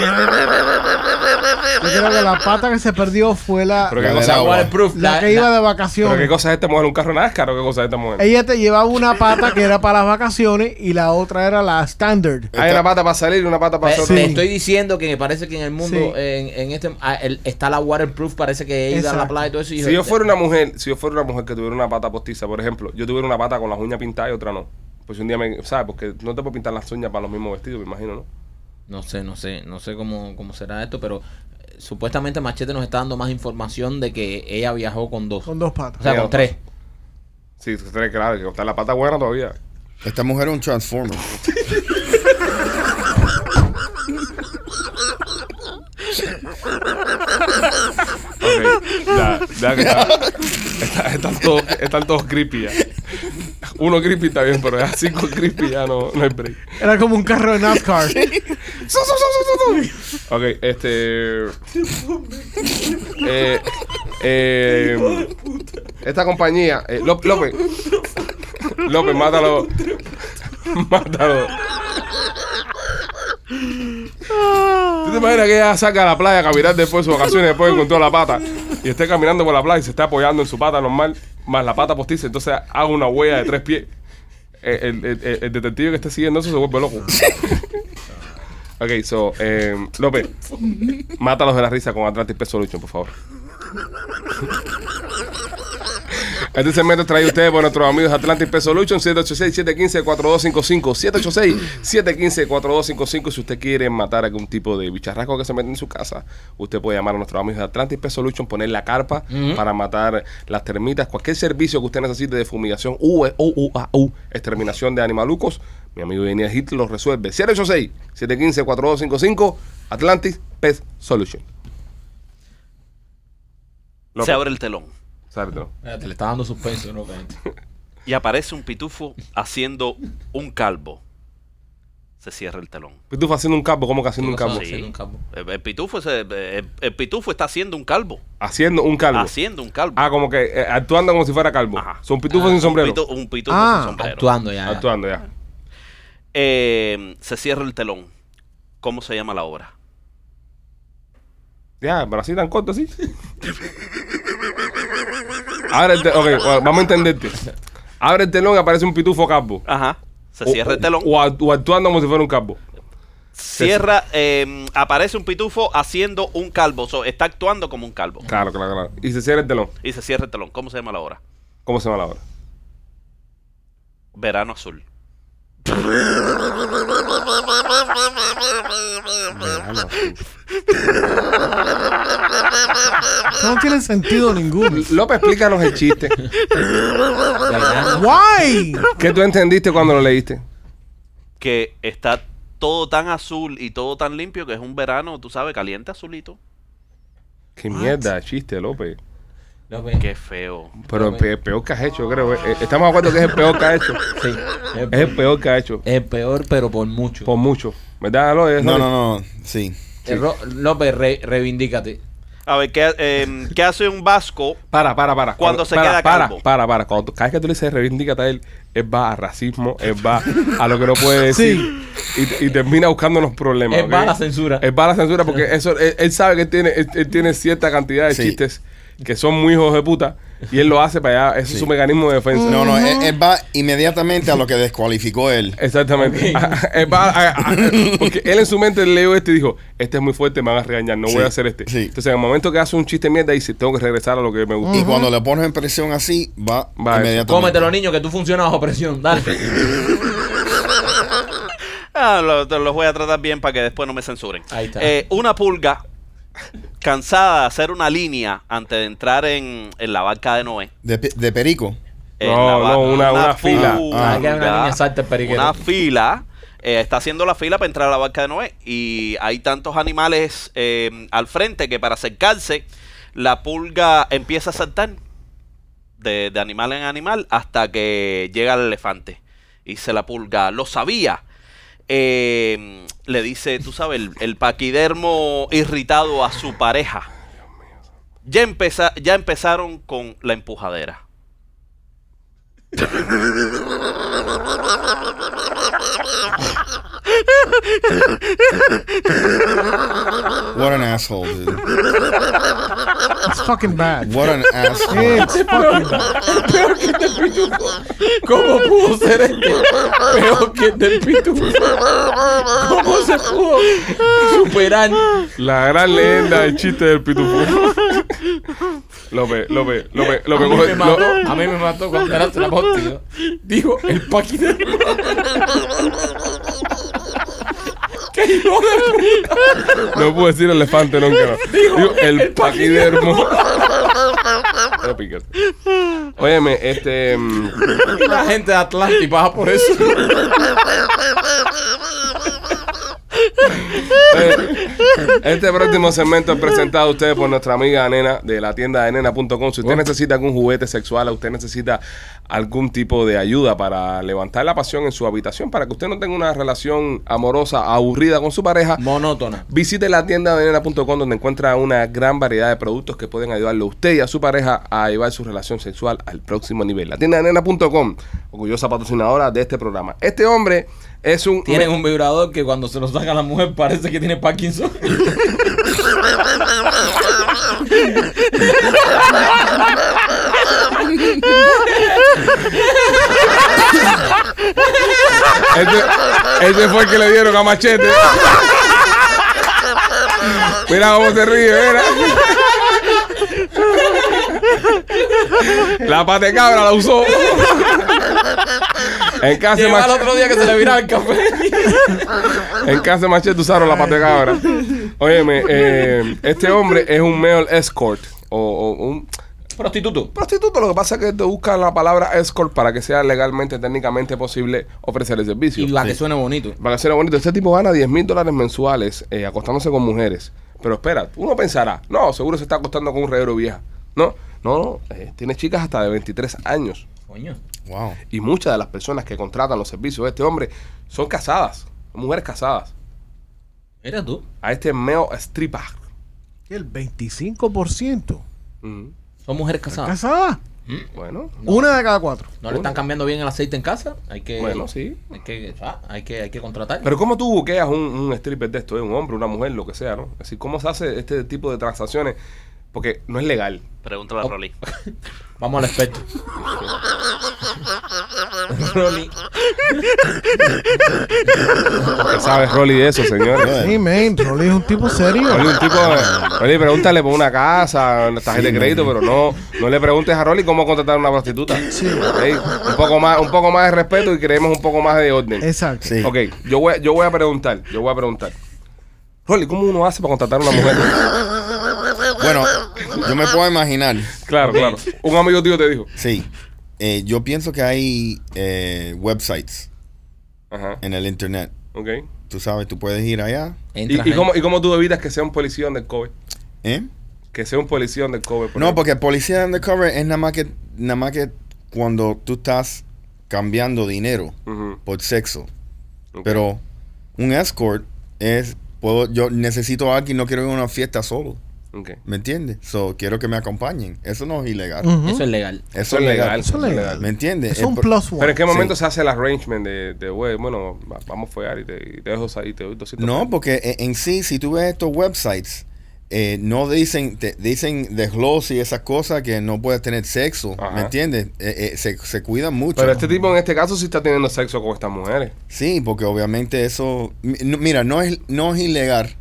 Speaker 4: que la pata que se perdió fue la,
Speaker 1: Pero
Speaker 5: La
Speaker 1: qué
Speaker 5: del
Speaker 1: cosa,
Speaker 5: agua.
Speaker 3: Waterproof.
Speaker 4: la
Speaker 3: la-
Speaker 4: que iba
Speaker 3: la-
Speaker 4: de
Speaker 1: pero qué
Speaker 4: vacaciones.
Speaker 1: cosa es esta mujer, un carro NASCAR o qué cosa es esta mujer.
Speaker 4: Ella te llevaba una pata que era para las vacaciones y la otra era la standard.
Speaker 1: Hay una pata para salir y una pata para
Speaker 3: Pe-
Speaker 1: hacer
Speaker 3: Te
Speaker 1: otro-
Speaker 3: estoy diciendo que me parece que en el mundo,
Speaker 4: Sí.
Speaker 3: en, en este, ah, el- está la waterproof, parece que ella a la
Speaker 4: Exacto.
Speaker 3: playa y todo eso. y
Speaker 1: Si yo fuera una mujer, si yo fuera una mujer que tuviera una pata postiza, por ejemplo, yo tuviera una pata con las uñas pintadas y otra no. Pues un día me, ¿sabes? Porque no te puedo pintar las uñas para los mismos vestidos, me imagino, ¿no?
Speaker 3: No sé, no sé, no sé cómo, cómo será esto, pero eh, supuestamente Machete nos está dando más información de que ella viajó con dos.
Speaker 4: Con dos
Speaker 3: o
Speaker 4: patas.
Speaker 3: sea, con tres.
Speaker 1: Sí, tú tenés claro, que cortar la pata buena todavía.
Speaker 5: Esta mujer es un transformer.
Speaker 1: Ok, ya, ya que está- está- están, todos, están todos creepy ya. Uno creepy está bien, pero ya cinco creepy ya no, no hay break.
Speaker 4: Era como un carro de NASCAR.
Speaker 1: Su, su, su, su, su, su. Ok, este. Eh, eh, esta compañía. eh, Ló- López. López, mátalo. Mátalo. ¿Tú te imaginas que ella saca a la playa a caminar después de sus vacaciones, después con toda la pata, y esté caminando por la playa y se está apoyando en su pata normal, más la pata postiza, entonces haga una huella de tres pies? Eh, El, el- el- el detective que esté siguiendo eso se vuelve loco. em, Ok, so, eh, López, mátalos de la risa con Atlantic Pest Solution, por favor. Este segmento trae ustedes por nuestros amigos Atlantic Pest Solution 786-715-4255. 786-715-4255. Si usted quiere matar algún tipo de bicharraco que se mete en su casa, usted puede llamar a nuestros amigos de Atlantic Pest Solution, poner la carpa para matar las termitas. Cualquier servicio que usted necesite de fumigación, U, U, U, A, U, exterminación de animalucos, mi amigo Daniel Hit lo resuelve. 786-715-4255, Atlantic Pest Solution.
Speaker 6: Se abre el telón
Speaker 1: Sábetelo.
Speaker 3: Espérate, le está dando suspenso, ¿no? Espérate.
Speaker 6: y aparece un pitufo haciendo un calvo. Se cierra el telón.
Speaker 1: Pitufo Pues haciendo un capo, ¿cómo que haciendo un
Speaker 3: ¿Qué pasó?
Speaker 1: capo?
Speaker 3: Sí. Haciendo un calvo.
Speaker 6: El, el pitufo se- el- el pitufo está haciendo un calvo.
Speaker 1: Haciendo un calvo.
Speaker 6: Haciendo un calvo.
Speaker 1: Ah, como que eh, actuando como si fuera calvo.
Speaker 6: Ajá. Ah,
Speaker 1: Son pitufos sin sombrero.
Speaker 6: Un, pitu- un pitufo
Speaker 4: Ah,
Speaker 6: sin sombrero.
Speaker 3: Actuando ya. ya.
Speaker 1: Actuando ya.
Speaker 6: Eh, se cierra el telón. ¿Cómo se llama la obra?
Speaker 1: Ya, pero así tan corto, así. Abre el telón. Ok, bueno, vamos a entenderte. Abre el telón y aparece un pitufo calvo.
Speaker 6: Ajá. Se
Speaker 1: O-
Speaker 6: cierra el
Speaker 1: o-
Speaker 6: telón.
Speaker 1: O, act- o actuando como si fuera un calvo.
Speaker 6: Cierra. eh, aparece un pitufo haciendo un calvo. So, está actuando como un calvo.
Speaker 1: Claro, claro, claro. Y se cierra el telón.
Speaker 6: Y se cierra el telón. ¿Cómo se llama la obra?
Speaker 1: ¿Cómo se llama la obra?
Speaker 6: Verano azul.
Speaker 4: Esto no tiene sentido ninguno.
Speaker 1: López, explícanos el chiste.
Speaker 3: Ya, ya.
Speaker 4: Why?
Speaker 1: ¿Qué tú entendiste cuando lo leíste?
Speaker 6: Que está todo tan azul y todo tan limpio que es un verano, tú sabes, caliente azulito.
Speaker 1: Qué mierda, chiste, López.
Speaker 3: No, espérate.
Speaker 6: Qué feo.
Speaker 1: Pero el pe- el peor que has hecho, creo. eh. Eh, Estamos de acuerdo que es el peor que has hecho.
Speaker 3: Sí.
Speaker 1: Es el peor que has hecho.
Speaker 3: Es peor, pero por mucho.
Speaker 1: Por mucho. ¿Verdad, López?
Speaker 5: No, no, no. Sí.
Speaker 3: Eh, Ro- López, re- reivindícate.
Speaker 6: A ver, ¿qué, eh, ¿qué hace un vasco?
Speaker 1: Para, para, para.
Speaker 6: Cuando se
Speaker 1: para,
Speaker 6: queda
Speaker 1: para,
Speaker 6: calvo.
Speaker 1: Para, para, Cuando tú- cada vez que tú le dices reivindícate a él, él va a racismo, él va a lo que no puede decir. Y, y termina buscando los problemas.
Speaker 3: Es
Speaker 1: ¿ok?
Speaker 3: va a la censura.
Speaker 1: Él va a la censura porque eso, él, él sabe que él tiene, él, él tiene cierta cantidad de
Speaker 5: Sí.
Speaker 1: chistes que son muy hijos de puta y él lo hace para allá. Ese es su mecanismo de defensa.
Speaker 5: No, no. Él, él va inmediatamente a lo que descualificó él.
Speaker 1: Exactamente. Él va a- a- a- porque él en su mente leo este y dijo, este es muy fuerte, me van a regañar, no voy
Speaker 5: Sí,
Speaker 1: a hacer este.
Speaker 5: sí.
Speaker 1: Entonces, en el momento que hace un chiste mierda, dice, tengo que regresar a lo que me gusta.
Speaker 5: Y cuando le pones en presión así, va,
Speaker 1: Va,
Speaker 5: inmediatamente.
Speaker 3: Cómetelo, niño, que tú funcionas bajo presión. Dale.
Speaker 6: Ah, lo- te- los voy a tratar bien para que después no me censuren.
Speaker 3: Ahí está.
Speaker 6: Eh, una pulga cansada de hacer una línea antes de entrar en, en la barca de Noé.
Speaker 5: De, pe- de perico.
Speaker 6: en
Speaker 1: No,
Speaker 6: la barca-
Speaker 1: no, una- una fila.
Speaker 6: pulga,
Speaker 3: Ah, que una niña salta el periquero.
Speaker 6: una fila. eh, está haciendo la fila para entrar a la barca de Noé. Y hay tantos animales eh, al frente que para acercarse, la pulga empieza a saltar de, de animal en animal hasta que llega el elefante. Y dice la pulga, lo sabía. Eh, le dice, tú sabes, el, el paquidermo irritado a su pareja. Ya, empeza- ya empezaron con la empujadera.
Speaker 5: What an asshole, dude.
Speaker 4: It's fucking bad.
Speaker 5: What an asshole.
Speaker 3: Este
Speaker 4: It's fucking bad.
Speaker 3: ¿Cómo pudo ser este? Peor que el del pitufo. ¿Cómo se pudo superar?
Speaker 1: La gran leyenda del chiste del pitufo. López, López, López,
Speaker 3: A
Speaker 1: López,
Speaker 3: mí me
Speaker 1: coge-
Speaker 3: mató,
Speaker 1: lo-
Speaker 3: a mí me mató cuando era la tío. Dijo, el paquete. ¡Qué hijo de puta!
Speaker 1: no puedo decir elefante nunca. no. Digo, el paquidermo. Qué piquete. Óyeme, este. mm,
Speaker 3: Y la gente de Atlantic baja por eso.
Speaker 1: eh, Este próximo segmento es presentado a ustedes por nuestra amiga Nena de la tienda de nena.com. Si usted necesita algún juguete sexual, usted necesita algún tipo de ayuda para levantar la pasión en su habitación, para que usted no tenga una relación amorosa aburrida con su pareja,
Speaker 3: Monótona.
Speaker 1: Visite la tienda de nena.com donde encuentra una gran variedad de productos que pueden ayudarle a usted y a su pareja a llevar su relación sexual al próximo nivel. La tienda de nena.com, orgullosa patrocinadora de este programa. Este hombre es un...
Speaker 3: Tienen un vibrador que cuando se lo saca la mujer parece que tiene Parkinson.
Speaker 1: Este, este fue el que le dieron a Machete. Mira cómo se ríe, mira. La pate cabra la usó. en casa de
Speaker 2: Llegó al
Speaker 1: Machete,
Speaker 2: otro día que se le viraba el café.
Speaker 1: en casa de Machete usaron la pate cabra. Óyeme, eh, este hombre es un male escort o, o un
Speaker 3: Prostituto.
Speaker 1: prostituto. Lo que pasa es que te buscan la palabra escort para que sea legalmente, técnicamente posible ofrecer el servicio.
Speaker 3: Y va que suene bonito.
Speaker 1: Para que suene bonito, este tipo gana 10 mil dólares mensuales eh, acostándose con mujeres. Pero espera, uno pensará, no, seguro se está acostando con un reguero vieja. No, no, no, eh, tiene chicas hasta de 23 años.
Speaker 3: Coño.
Speaker 5: Wow.
Speaker 1: Y muchas de las personas que contratan los servicios de este hombre son casadas, mujeres casadas.
Speaker 3: Era tú.
Speaker 1: A este meo stripper.
Speaker 4: El 25%.
Speaker 1: Ujú.
Speaker 3: Son mujeres
Speaker 1: Ah.
Speaker 3: casadas.
Speaker 4: ¿Casada?
Speaker 1: Mm, Bueno,
Speaker 4: Una de cada cuatro.
Speaker 3: No le están cambiando bien el aceite en casa. Hay que.
Speaker 1: bueno, sí.
Speaker 3: Hay que, ah, hay que, hay que contratar.
Speaker 1: Pero ¿cómo tú buqueas un, un stripper de esto? eh? Un hombre, una mujer, lo que sea, ¿no? Es decir, ¿cómo se hace este tipo de transacciones? Porque no es legal.
Speaker 6: Pregúntale a Rolly.
Speaker 3: Vamos al experto. Rolly.
Speaker 1: ¿Qué sabes, Rolly, de eso, señor?
Speaker 5: Brother,
Speaker 4: Sí, man, Rolly es un tipo serio.
Speaker 1: Este Rolly, un tipo, Rolly, pregúntale por una casa, una tarjeta
Speaker 5: Sí,
Speaker 1: de crédito,
Speaker 5: man.
Speaker 1: pero no, no le preguntes a Rolly cómo contratar a una prostituta. Ey, Un poco más, un poco más de respeto y creemos un poco más de orden.
Speaker 4: Exacto.
Speaker 5: Sí.
Speaker 1: Ok, yo voy, yo voy a preguntar, yo voy a preguntar. Rolly, ¿cómo uno hace para contratar a una mujer?
Speaker 5: Bueno, yo me puedo imaginar.
Speaker 1: claro, claro. Un amigo tío te dijo.
Speaker 5: Sí. Eh, yo pienso que hay eh, websites
Speaker 1: Ajá,
Speaker 5: en el internet.
Speaker 1: ok.
Speaker 5: Tú sabes, tú puedes ir allá.
Speaker 3: Entra.
Speaker 1: ¿Y, y cómo, ¿Y cómo tú evitas que sea un policía del COVID?
Speaker 5: ¿eh?
Speaker 1: Que sea un policía del COVID.
Speaker 5: No, porque el policía undercover es nada más que nada más que cuando tú estás cambiando dinero por sexo. Pero un escort es puedo yo necesito a alguien, no quiero ir a una fiesta solo, ¿me entiendes? So, quiero que me acompañen. Eso no es ilegal.
Speaker 4: Ujú.
Speaker 3: Eso es legal.
Speaker 5: Eso es legal.
Speaker 4: Eso es legal.
Speaker 5: ¿Me entiendes?
Speaker 4: Mm.
Speaker 5: Eh,
Speaker 4: Es un
Speaker 5: por-
Speaker 4: plus one.
Speaker 1: Pero en qué momento
Speaker 5: Sí.
Speaker 1: se hace el arrangement de, de güey, bueno, va- vamos a follar y te, y te dejo sa- y te doy 200
Speaker 5: No,
Speaker 1: pesos?
Speaker 5: porque e- en sí, si tú ves estos websites, eh, no dicen, te, dicen desglose y esas cosas que no puedes tener sexo,
Speaker 1: Ajá.
Speaker 5: ¿me entiendes? Eh, eh, se, se cuidan mucho.
Speaker 1: Pero este tipo en este caso sí está teniendo sexo con estas mujeres.
Speaker 5: Sí, porque obviamente eso, mi- no- mira, no es, no es ilegal.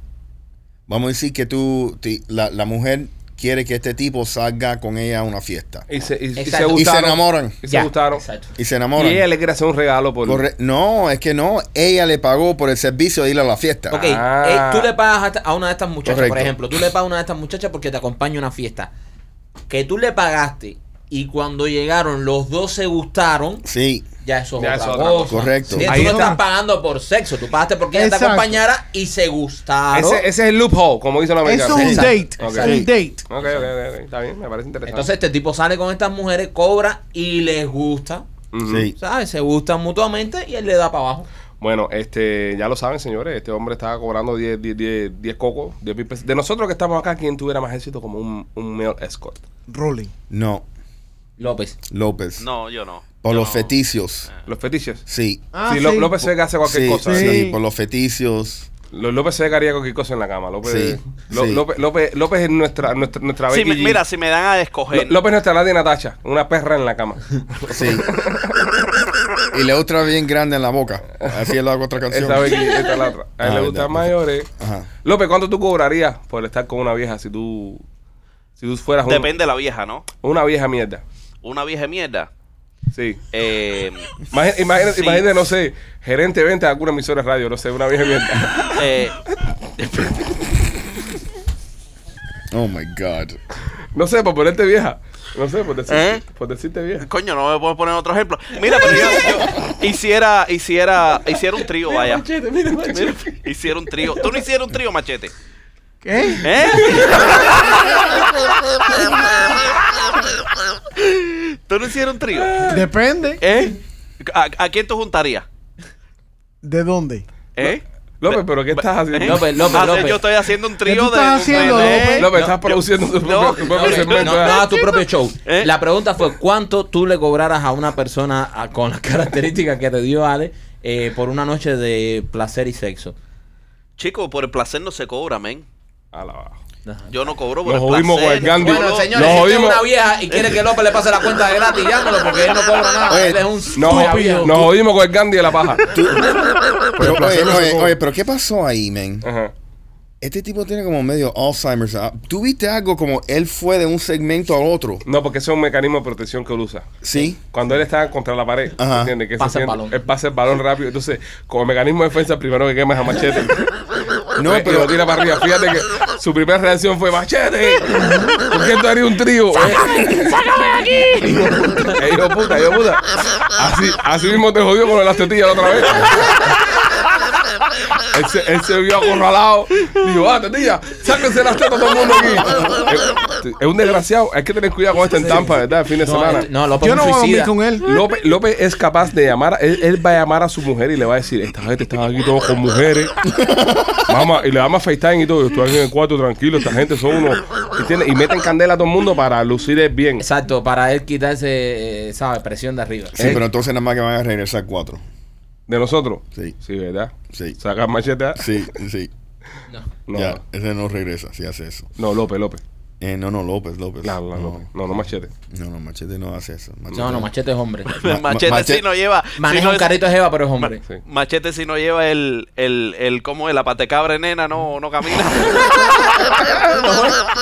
Speaker 5: Vamos a decir que tú, ti- la, la mujer quiere que este tipo salga con ella a una fiesta.
Speaker 1: Y se, y, y se
Speaker 3: Exacto.
Speaker 1: gustaron.
Speaker 5: Y se enamoran.
Speaker 1: Y se
Speaker 3: Ya.
Speaker 1: gustaron.
Speaker 3: Exacto.
Speaker 5: Y se
Speaker 1: Y
Speaker 5: enamoran.
Speaker 1: ella le quiere hacer un regalo por...
Speaker 5: Corre- no, es que no, ella le pagó por el servicio de ir a la fiesta.
Speaker 3: Ok,
Speaker 1: Ah.
Speaker 3: eh, tú le pagas a esta- a una de estas muchachas, por
Speaker 5: Correcto.
Speaker 3: ejemplo. Tú le pagas a una de estas muchachas porque te acompaña a una fiesta. Que tú le pagaste y cuando llegaron los dos se gustaron,
Speaker 5: Sí,
Speaker 3: ya eso es
Speaker 1: Ya eso
Speaker 3: otra
Speaker 1: es otra
Speaker 3: cosa.
Speaker 1: cosa.
Speaker 5: Correcto.
Speaker 3: Sí,
Speaker 1: Ahí
Speaker 3: tú no
Speaker 1: está.
Speaker 3: estás pagando por sexo, tú pagaste porque ella te
Speaker 4: Exacto.
Speaker 3: acompañara y se gustaron.
Speaker 1: Ese, ese es el loophole, como dicen los
Speaker 4: Eso
Speaker 1: americanos.
Speaker 4: es un
Speaker 5: Exacto.
Speaker 4: date.
Speaker 1: Ok.
Speaker 4: Un date.
Speaker 1: Ok, ok, ok, ok, está bien, me parece interesante.
Speaker 3: Entonces este tipo sale con estas mujeres, cobra y les gusta.
Speaker 1: Ujú.
Speaker 5: sí.
Speaker 3: ¿Sabes? Se gustan mutuamente y él le da para abajo.
Speaker 1: Bueno, este, ya lo saben, señores, este hombre estaba cobrando 10, 10, 10, 10 cocos, 10 mil pesos. De nosotros que estamos acá, ¿quién tuviera más éxito como un, un male escort?
Speaker 4: Rolling.
Speaker 5: No,
Speaker 3: López.
Speaker 5: López.
Speaker 6: No, yo no.
Speaker 5: Por
Speaker 6: Yo
Speaker 5: los
Speaker 6: no.
Speaker 5: fetiches.
Speaker 1: Los fetiches.
Speaker 5: Sí.
Speaker 4: Ah,
Speaker 1: sí,
Speaker 4: sí.
Speaker 1: Ló- López Sega hace Ah. cualquier
Speaker 5: sí,
Speaker 1: cosa.
Speaker 5: sí,
Speaker 1: ¿no?
Speaker 4: Sí.
Speaker 5: por los feticios.
Speaker 1: Ló- López Sega haría cualquier cosa en la cama. López,
Speaker 5: Sí,
Speaker 1: Ló-
Speaker 5: sí.
Speaker 1: López, López, López es nuestra, nuestra, nuestra
Speaker 6: Si
Speaker 1: Becky
Speaker 6: me-
Speaker 1: G.
Speaker 6: mira, si me dan a
Speaker 1: Ló-
Speaker 6: escoger.
Speaker 1: López es nuestra Lady Natasha, una perra en la cama.
Speaker 5: Sí. y la otra bien grande en la boca. Así es la otra canción.
Speaker 1: esta Becky, esta es la otra. A él
Speaker 5: Ah,
Speaker 1: le
Speaker 5: verdad,
Speaker 1: gustan
Speaker 5: perfecto.
Speaker 1: mayores.
Speaker 5: Ajá.
Speaker 1: López, ¿cuánto tú cobrarías por estar con una vieja si tú, si tú fueras un-
Speaker 6: Depende de la vieja, ¿no?
Speaker 1: una vieja mierda?
Speaker 6: Una vieja mierda.
Speaker 1: Sí.
Speaker 6: Eh,
Speaker 1: Imagina- imagina-
Speaker 6: Sí.
Speaker 1: Imagínate, no sé, gerente de venta de alguna emisora de radio, no sé, una vieja mierda.
Speaker 6: eh,
Speaker 5: Oh my God.
Speaker 1: No sé, por ponerte vieja. No sé, por decirte,
Speaker 6: ¿Eh?
Speaker 1: por decirte vieja.
Speaker 6: coño, no me puedo poner otro ejemplo. Mira, pero yo, yo hiciera, hiciera, hiciera un trío, vaya. Mira, hiciera un trío. Tú no hicieras un trío, machete.
Speaker 4: ¿Qué?
Speaker 6: ¿Eh? ¿Tú no hicieras un trío?
Speaker 4: Depende.
Speaker 6: ¿Eh? ¿A, a quién tú juntarías?
Speaker 4: ¿De dónde?
Speaker 6: ¿Eh?
Speaker 1: López, ¿pero ¿qué estás haciendo?
Speaker 6: ¿Eh?
Speaker 3: López, López,
Speaker 6: Ah, sí,
Speaker 3: López.
Speaker 6: Yo estoy haciendo un trío
Speaker 4: tú
Speaker 6: de.
Speaker 4: estás haciendo,
Speaker 6: de-
Speaker 4: López?
Speaker 1: López,
Speaker 6: No,
Speaker 1: estás produciendo tu propio,
Speaker 6: no,
Speaker 1: tu propio
Speaker 6: no,
Speaker 1: segmento.
Speaker 3: No,
Speaker 1: ¿eh?
Speaker 3: no, a tu propio show.
Speaker 6: ¿Eh?
Speaker 3: La pregunta fue, ¿cuánto tú le cobrarás a una persona a- con las características que te dio Ale eh, por una noche de placer y sexo?
Speaker 6: Chico, por el placer no se cobra, men.
Speaker 1: A la baja.
Speaker 6: Yo no cobro por
Speaker 1: Nos
Speaker 6: el placer.
Speaker 1: jodimos con el Gandhi.
Speaker 6: Yo
Speaker 3: Bueno,
Speaker 6: no-
Speaker 1: nos
Speaker 3: señores, si usted es
Speaker 1: jodimos.
Speaker 3: una vieja y quiere que López le pase la cuenta de gratis, llámalo porque él no cobra nada.
Speaker 5: Oye,
Speaker 3: él es un
Speaker 1: Nos,
Speaker 3: estúpido.
Speaker 1: nos jodimos con el Gandhi de la paja.
Speaker 5: Pero,
Speaker 1: placer
Speaker 5: oye,
Speaker 1: no se
Speaker 5: oye,
Speaker 1: come.
Speaker 5: oye, pero ¿qué pasó ahí, men?
Speaker 1: Ajá.
Speaker 5: Este tipo tiene como medio Alzheimer's. Ah, ¿Tú viste algo como él fue de un segmento al otro?
Speaker 1: No, porque ese es un mecanismo de protección que él usa.
Speaker 5: Sí.
Speaker 1: Cuando él está contra la pared,
Speaker 5: Ajá.
Speaker 1: ¿entiendes? Que él se
Speaker 3: Pasa el
Speaker 1: siente-
Speaker 3: balón.
Speaker 1: Él pasa el balón rápido. Entonces, como mecanismo de defensa, primero que quema es a machete.
Speaker 5: No,
Speaker 1: Y
Speaker 5: pero
Speaker 1: lo tira para arriba. Fíjate que su primera reacción fue machete. ¿Por qué tú harías un trío? ¡Sácame de aquí! yo puta, yo puta. Así, así mismo te jodió con las tetillas la otra vez. Él se, él se vio acorralado. Dijo, ah, tetilla, sáquense las tetas todo el mundo aquí. Es, es un desgraciado. Hay que tener cuidado con este en Tampa, ¿verdad? El fin de semana.
Speaker 3: No, no, López
Speaker 4: Yo
Speaker 3: es
Speaker 4: no
Speaker 3: un
Speaker 4: voy a dormir
Speaker 3: suicida.
Speaker 4: con él.
Speaker 1: López, López es capaz de llamar, él, él va a llamar a su mujer y le va a decir, esta gente está aquí todos con mujeres. Mamá, y le damos FaceTime y todo, yo estoy aquí en el cuarto tranquilo, esta gente son unos... ¿entiendes? Y meten candela a todo el mundo para lucir bien.
Speaker 3: Exacto, para él quitarse, eh, ¿sabes? Presión de arriba.
Speaker 1: ¿Eh?
Speaker 5: Sí, pero entonces nada más que van a regresar cuatro.
Speaker 1: ¿De nosotros?
Speaker 5: Sí.
Speaker 1: Sí, ¿verdad?
Speaker 5: Sí.
Speaker 1: ¿Sacas machete? ah?
Speaker 5: Sí, sí.
Speaker 1: No,
Speaker 5: Ya, ese no regresa si hace eso.
Speaker 1: no, López, López.
Speaker 5: Eh, no, no, López, López.
Speaker 1: No, no, López. no, no machete.
Speaker 5: no, no, Machete no hace eso. Machete-
Speaker 3: No, no, machete es hombre.
Speaker 5: Ma-
Speaker 6: El machete,
Speaker 5: machete-
Speaker 6: sí no lleva.
Speaker 3: Maneja
Speaker 6: sí no
Speaker 3: un
Speaker 6: es-
Speaker 3: carrito de jeva, pero es hombre.
Speaker 1: Sí.
Speaker 6: Machete si no lleva el, el, el como el apatecabra nena, no, no camina.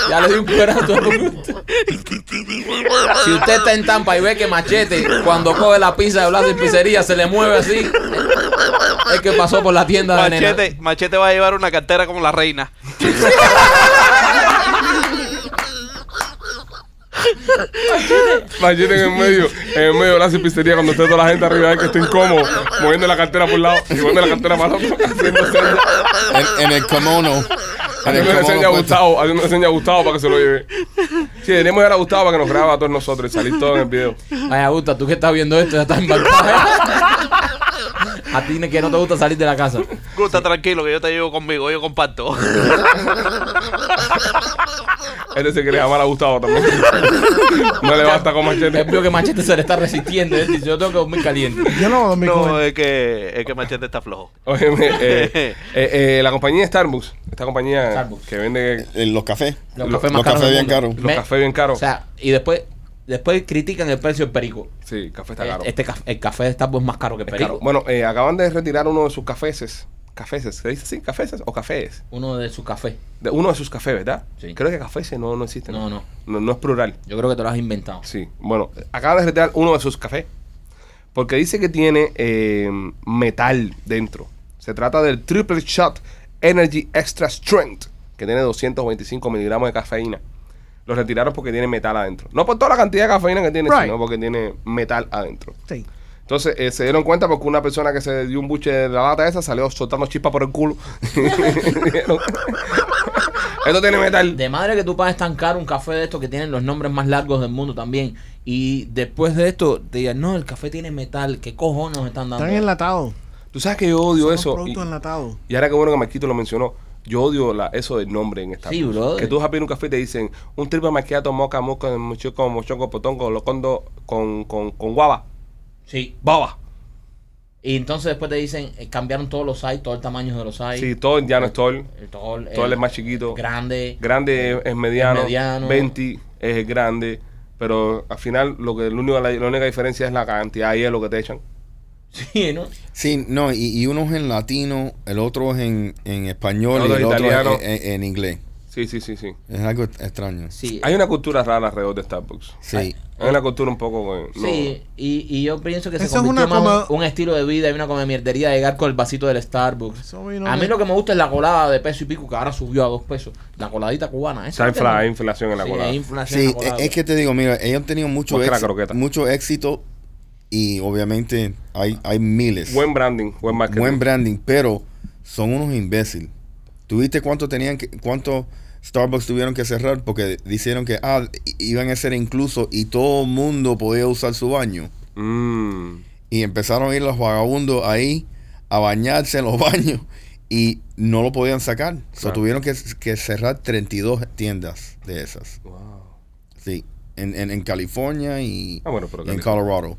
Speaker 3: Ya le di un cuero a todo el mundo. Si usted está en Tampa y ve que Machete, cuando coge la pizza de Blas y Pizzería, se le mueve así, es que pasó por la tienda de nena.
Speaker 6: machete, machete va a llevar una cartera como la reina.
Speaker 1: Machete en el medio, en el medio de la cipistería cuando esté toda la gente arriba, ahí que está incómodo, moviendo la cartera por un lado y moviendo la cartera para el otro, haciendo señas.
Speaker 5: En, en el kimono. En
Speaker 1: Haciendo una
Speaker 5: el kimono
Speaker 1: seña a
Speaker 5: puesto.
Speaker 1: Gustavo, haciendo una seña a Gustavo para que se lo lleve. Sí, tenemos que ir a Gustavo para que nos grabe a todos nosotros y salir todo en el video.
Speaker 3: Vaya, Gusta, tú que estás viendo esto, ya estás en pantalla. A ti que no te gusta salir de la casa.
Speaker 6: Gusta, tranquilo, que yo te llevo conmigo, yo comparto.
Speaker 1: Este se quiere llamar a Gustavo también. No le basta con
Speaker 3: Es
Speaker 1: machete.
Speaker 3: vio que Machete se le está resistiendo. Él dice, yo tengo que dormir caliente.
Speaker 4: Yo no voy a dormir con
Speaker 6: No,
Speaker 4: él.
Speaker 1: eh.
Speaker 6: es que, es que Machete está flojo.
Speaker 1: Óyeme, eh, eh, eh, la compañía Starbucks, esta compañía
Speaker 3: Starbucks.
Speaker 1: que vende
Speaker 5: En los cafés.
Speaker 3: Los
Speaker 1: Los
Speaker 3: cafés más
Speaker 5: los
Speaker 3: caros
Speaker 5: cafés
Speaker 3: del
Speaker 5: bien
Speaker 3: mundo.
Speaker 5: caros.
Speaker 1: los cafés bien
Speaker 3: O
Speaker 1: caros.
Speaker 3: sea, y después, después critican el precio del perico.
Speaker 1: Sí, café está caro.
Speaker 3: Este, caf- el café de Starbucks es más caro que el
Speaker 1: Es
Speaker 3: perico.
Speaker 1: caro. Bueno, eh, acaban de retirar uno de sus cafeses. ¿Cafeses? ¿Se dice así? ¿Cafeses o cafés?
Speaker 3: Uno de sus cafés.
Speaker 1: De uno de sus cafés, ¿verdad?
Speaker 3: Sí.
Speaker 1: Creo que cafeses no, no existen.
Speaker 3: No, no.
Speaker 1: No, no es plural.
Speaker 3: Yo creo que te lo has inventado.
Speaker 1: Sí, bueno, acaba de retirar uno de sus cafés. Porque dice que tiene eh, metal dentro. Se trata del Triple Shot Energy Extra Strength, que tiene 225 miligramos de cafeína. Lo retiraron porque tiene metal adentro. No por toda la cantidad de cafeína que tiene,
Speaker 4: Right.
Speaker 1: sino porque tiene metal adentro.
Speaker 4: Sí.
Speaker 1: Entonces eh, se dieron cuenta porque una persona que se dio un buche de la lata esa salió soltando chispa por el culo. Dijeron, Esto tiene metal.
Speaker 3: De madre que tú pagues tan caro un café de estos que tienen los nombres más largos del mundo también. Y después de esto te digan, no, el café tiene metal. ¿Qué cojones nos están dando?
Speaker 4: Están enlatados.
Speaker 1: Tú sabes que yo odio
Speaker 4: Son
Speaker 1: eso.
Speaker 4: productos
Speaker 1: y-
Speaker 4: enlatados.
Speaker 1: Y ahora que bueno que Marquito lo mencionó. Yo odio la, eso del nombre en esta.
Speaker 3: Sí, brother.
Speaker 1: Que tú vas a pedir un café y te dicen un triple maquiato, moca, moca, mochoco, mochoco, potongo, locondo, con, con, con guava.
Speaker 3: Sí.
Speaker 1: Baba.
Speaker 3: Y entonces después te dicen, eh, cambiaron todos los size, todos los tamaños de los size.
Speaker 1: Sí, todo ya no es tall.
Speaker 3: El tall,
Speaker 1: Tall
Speaker 3: el
Speaker 1: es más chiquito.
Speaker 3: Grande.
Speaker 1: Grande es, es mediano,
Speaker 3: Es mediano.
Speaker 1: 20 es el grande. Pero al final lo que lo único, la, la única diferencia es la cantidad de hielo que te echan.
Speaker 3: Sí, ¿no?
Speaker 5: Sí, no, y, y uno es en latino, el otro es en, en
Speaker 1: El
Speaker 5: español y
Speaker 1: otro
Speaker 5: el
Speaker 1: es
Speaker 5: otro
Speaker 1: italiano.
Speaker 5: es en, en- en inglés.
Speaker 1: Sí, sí, sí, sí.
Speaker 5: Es algo extraño.
Speaker 3: Sí.
Speaker 1: Hay una cultura rara alrededor de Starbucks.
Speaker 5: Sí.
Speaker 1: Hay una cultura un poco... eh, no-
Speaker 3: Sí, y, y yo pienso que se
Speaker 4: Eso es
Speaker 3: convirtió
Speaker 4: una
Speaker 3: más
Speaker 4: coma-
Speaker 3: un, un estilo de vida y una come mierdería de llegar con el vasito del Starbucks.
Speaker 4: Eso a mí no
Speaker 3: a mí
Speaker 4: me-
Speaker 3: lo que me gusta es la colada de peso y pico, que ahora subió a dos pesos. La coladita cubana,
Speaker 1: Está
Speaker 3: esa.
Speaker 1: infla- hay inflación en la colada.
Speaker 3: inflación en
Speaker 5: Sí,
Speaker 3: la colada.
Speaker 5: es, es que te digo, mira, ellos han tenido mucho,
Speaker 1: Busca la
Speaker 5: éxi-
Speaker 1: croqueta.
Speaker 5: mucho éxito y obviamente hay, hay miles.
Speaker 1: Buen branding, buen marketing.
Speaker 5: Buen branding, pero son unos imbéciles. ¿Tuviste cuánto tenían que, cuánto Starbucks tuvieron que cerrar porque dijeron que ah, i- iban a ser incluso y todo el mundo podía usar su baño?
Speaker 1: Mm.
Speaker 5: Y empezaron a ir los vagabundos ahí a bañarse en los baños y no lo podían sacar. So,
Speaker 1: Claro.
Speaker 5: tuvieron que, que cerrar 32 tiendas de esas. Sí, en, en, en California y
Speaker 1: Ah, bueno, pero
Speaker 5: y en
Speaker 1: California.
Speaker 5: Colorado.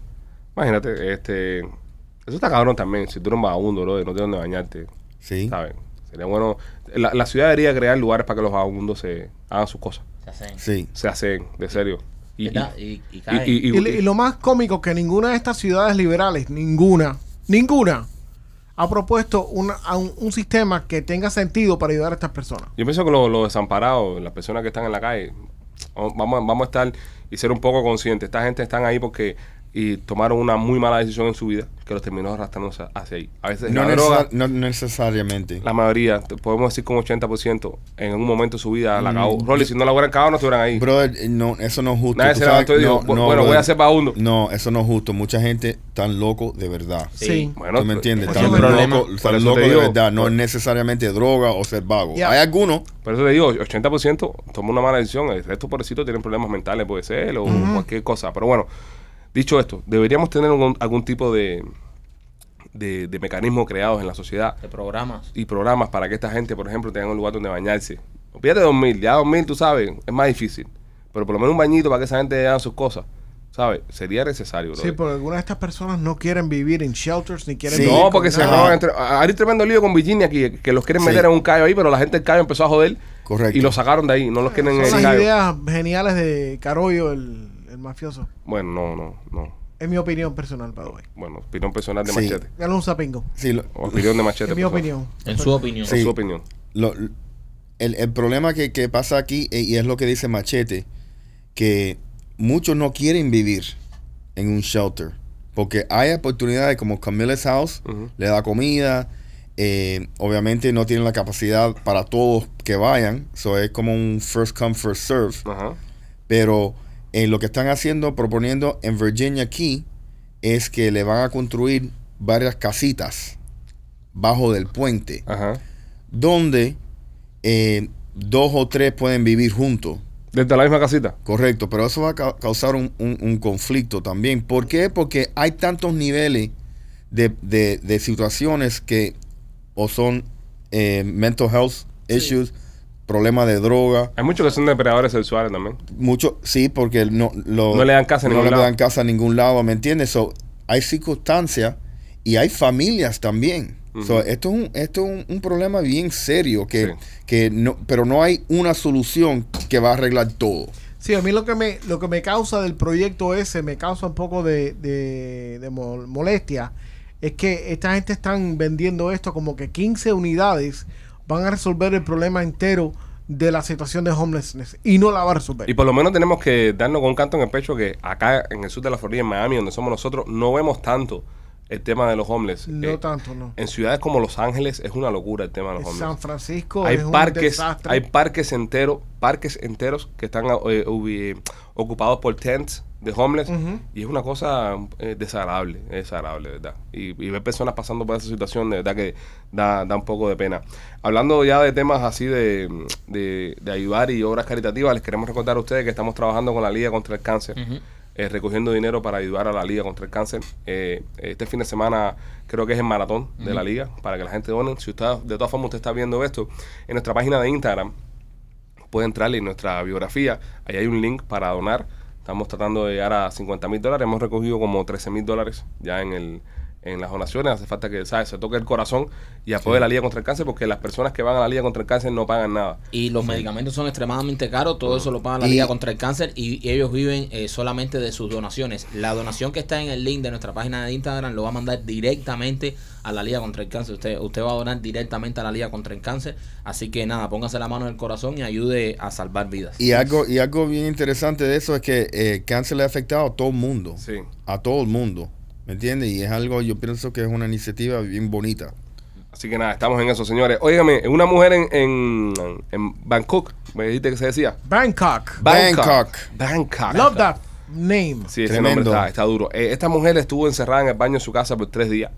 Speaker 1: Imagínate, este. Eso está cabrón también. Si tú eres un vagabundo, bro, no tienes dónde bañarte.
Speaker 5: Sí.
Speaker 1: ¿Sabes? Sería bueno. La, la ciudad debería crear lugares para que los vagabundos se hagan sus cosas.
Speaker 3: Se hacen.
Speaker 5: Sí.
Speaker 1: Se hacen, de serio. Y,
Speaker 3: ¿Verdad?
Speaker 1: y,
Speaker 3: Y- y
Speaker 1: y-
Speaker 3: caen.
Speaker 1: y-
Speaker 4: Y,
Speaker 1: y-
Speaker 4: y lo más cómico que ninguna de estas ciudades liberales, ninguna, ninguna, ha propuesto una- a un, un sistema que tenga sentido para ayudar a estas personas.
Speaker 1: Yo pienso que los los desamparados, las personas que están en la calle, vamos, vamos a- vamos a estar y ser un poco conscientes. Esta gente están ahí porque y tomaron una muy mala decisión en su vida que los terminó arrastrando hacia- hacia ahí. A veces
Speaker 5: No,
Speaker 1: la
Speaker 5: necesar-
Speaker 1: droga,
Speaker 5: no necesariamente.
Speaker 1: la mayoría, te- podemos decir como 80%, en un momento de su vida la
Speaker 5: Mm.
Speaker 1: acabó. Rolly, si no la hubieran acabado, no estuvieran ahí.
Speaker 5: Brother, eh, no, eso no es justo.
Speaker 1: Nadie
Speaker 5: Tú
Speaker 1: se
Speaker 5: sabes-
Speaker 1: levantó y dijo,
Speaker 5: no,
Speaker 1: "Bu-
Speaker 5: no,
Speaker 1: bueno, voy
Speaker 5: brother.
Speaker 1: a hacer para uno.
Speaker 5: No, eso no es justo. Mucha gente tan loco de verdad.
Speaker 4: Sí.
Speaker 1: Bueno,
Speaker 5: ¿Tú me entiendes?
Speaker 4: Ese
Speaker 5: Tan
Speaker 4: es el
Speaker 3: problema.
Speaker 5: loco,
Speaker 1: Por
Speaker 5: tan
Speaker 1: eso
Speaker 5: loco
Speaker 1: te
Speaker 5: de
Speaker 1: digo.
Speaker 5: verdad. No es necesariamente droga o ser vago.
Speaker 4: Ya.
Speaker 5: Hay algunos.
Speaker 1: Por eso te digo, 80% tomó una mala decisión. El resto, pobrecito, tienen problemas mentales, puede ser, o cualquier cosa. Pero bueno, dicho esto, deberíamos tener algún, algún tipo de, de, de mecanismo creados en la sociedad
Speaker 3: de programas.
Speaker 1: y programas para que esta gente, por ejemplo, tenga un lugar donde bañarse. Olvídate de 2000, ya 2000, tú sabes, es más difícil. Pero por lo menos un bañito para que esa gente haga sus cosas, ¿sabes? Sería necesario, bro.
Speaker 4: Sí, porque algunas de estas personas no quieren vivir en shelters ni quieren
Speaker 5: Sí.
Speaker 4: vivir
Speaker 1: No,
Speaker 4: con
Speaker 1: porque se
Speaker 4: nada.
Speaker 1: roban. entre- ah, Hay un tremendo lío con Virginia aquí, que los quieren
Speaker 5: Sí.
Speaker 1: meter en un callo ahí, pero la gente del callo empezó a joder.
Speaker 5: Correcto.
Speaker 1: Y los sacaron de ahí, no los quieren en
Speaker 4: Son
Speaker 1: el
Speaker 4: las
Speaker 1: callo.
Speaker 4: ideas geniales de Carollo, el, el mafioso.
Speaker 1: Bueno, no, no, no.
Speaker 4: Es mi opinión personal, by the way.
Speaker 1: Bueno, opinión personal de
Speaker 5: Sí.
Speaker 1: machete.
Speaker 4: Ya no es un sapingo.
Speaker 5: Sí, lo-
Speaker 1: O opinión de machete.
Speaker 4: Es mi
Speaker 1: por favor.
Speaker 4: opinión.
Speaker 3: En su opinión.
Speaker 1: Es
Speaker 5: Sí.
Speaker 1: su opinión.
Speaker 5: lo- el, el problema que, que pasa aquí, eh, y es lo que dice Machete, que muchos no quieren vivir en un shelter. Porque hay oportunidades como Camilla's House,
Speaker 1: Ujú.
Speaker 5: le da comida. eh, obviamente no tienen la capacidad para todos que vayan. So es como un first come, first serve.
Speaker 1: Ajá.
Speaker 5: Pero eh, lo que están haciendo, proponiendo en Virginia Key, es que le van a construir varias casitas bajo del puente
Speaker 1: Ajá.
Speaker 5: donde eh, dos o tres pueden vivir juntos.
Speaker 1: Desde la misma casita.
Speaker 5: Correcto, pero eso va a ca- causar un, un- un conflicto también. ¿Por qué? Porque hay tantos niveles de, de- de situaciones que o son eh, mental health issues, problemas de droga,
Speaker 1: Hay muchos que son depredadores sexuales también.
Speaker 5: mucho, sí, porque no, lo-
Speaker 1: No le dan casa a
Speaker 5: no
Speaker 1: ningún
Speaker 5: le
Speaker 1: lado.
Speaker 5: dan casa a ningún lado, ¿me entiendes? So, hay circunstancias y hay familias también. So,
Speaker 1: Ujú.
Speaker 5: esto es, un, esto es un, un problema bien serio, que,
Speaker 1: Sí.
Speaker 5: que no, pero no hay una solución que va a arreglar todo.
Speaker 4: Sí, a mí lo que me, lo que me causa del proyecto ese, me causa un poco de, de- de mol- molestia, es que esta gente están vendiendo esto como que 15 unidades van a resolver el problema entero de la situación de homelessness y no la va a resolver.
Speaker 1: Y por lo menos tenemos que darnos con un canto en el pecho que acá en el sur de la Florida, en Miami, donde somos nosotros, no vemos tanto el tema de los homeless.
Speaker 4: no
Speaker 1: Eh,
Speaker 4: tanto, no.
Speaker 1: En ciudades como Los Ángeles es una locura el tema de los
Speaker 4: San
Speaker 1: homeless.
Speaker 4: Francisco
Speaker 1: Hay
Speaker 4: es un
Speaker 1: parques,
Speaker 4: desastre.
Speaker 1: hay parques enteros, parques enteros que están eh, ubi- ocupados por tents de homeless
Speaker 4: Ujú.
Speaker 1: y es una cosa eh, desagradable, es desagradable, ¿verdad? Y, y ver personas pasando por esa situación, de verdad que da, da un poco de pena. Hablando ya de temas así de, de- de ayudar y obras caritativas, les queremos recordar a ustedes que estamos trabajando con la Liga contra el Cáncer
Speaker 3: Ujú.
Speaker 1: eh, recogiendo dinero para ayudar a la Liga contra el Cáncer. Eh, este fin de semana creo que es el maratón de la Liga para que la gente done. Si usted, de todas formas, usted está viendo esto, en nuestra página de Instagram puede entrar en nuestra biografía. Ahí hay un link para donar. Estamos tratando de llegar a 50 mil dólares. Hemos recogido como 13 mil dólares ya en el en las donaciones. Hace falta que ¿sabes? se toque el corazón y apoye la Liga contra el Cáncer porque las personas que van a la Liga contra el Cáncer no pagan nada.
Speaker 3: Y los medicamentos son extremadamente caros, todo eso lo paga la
Speaker 5: Y-
Speaker 3: Liga contra el Cáncer y, y ellos viven eh, solamente de sus donaciones. La donación que está en el link de nuestra página de Instagram lo va a mandar directamente a la Liga contra el Cáncer. Usted, usted va a donar directamente a la Liga contra el Cáncer. Así que nada, póngase la mano en el corazón y ayude a salvar vidas.
Speaker 5: Y algo, y algo bien interesante de eso es que eh, cáncer le ha afectado a todo el mundo.
Speaker 1: Sí.
Speaker 5: A todo el mundo. ¿Me entiendes? Y es algo, yo pienso que es una iniciativa bien bonita.
Speaker 1: Así que nada, estamos en eso, señores. Óigame, una mujer en, en, en Bangkok, me dijiste que se decía.
Speaker 4: Bangkok.
Speaker 5: Bangkok.
Speaker 1: Bangkok.
Speaker 4: Love that name.
Speaker 1: Sí, ese
Speaker 5: Tremendo.
Speaker 1: nombre está, está duro. Eh, esta mujer estuvo encerrada en el baño de su casa por tres días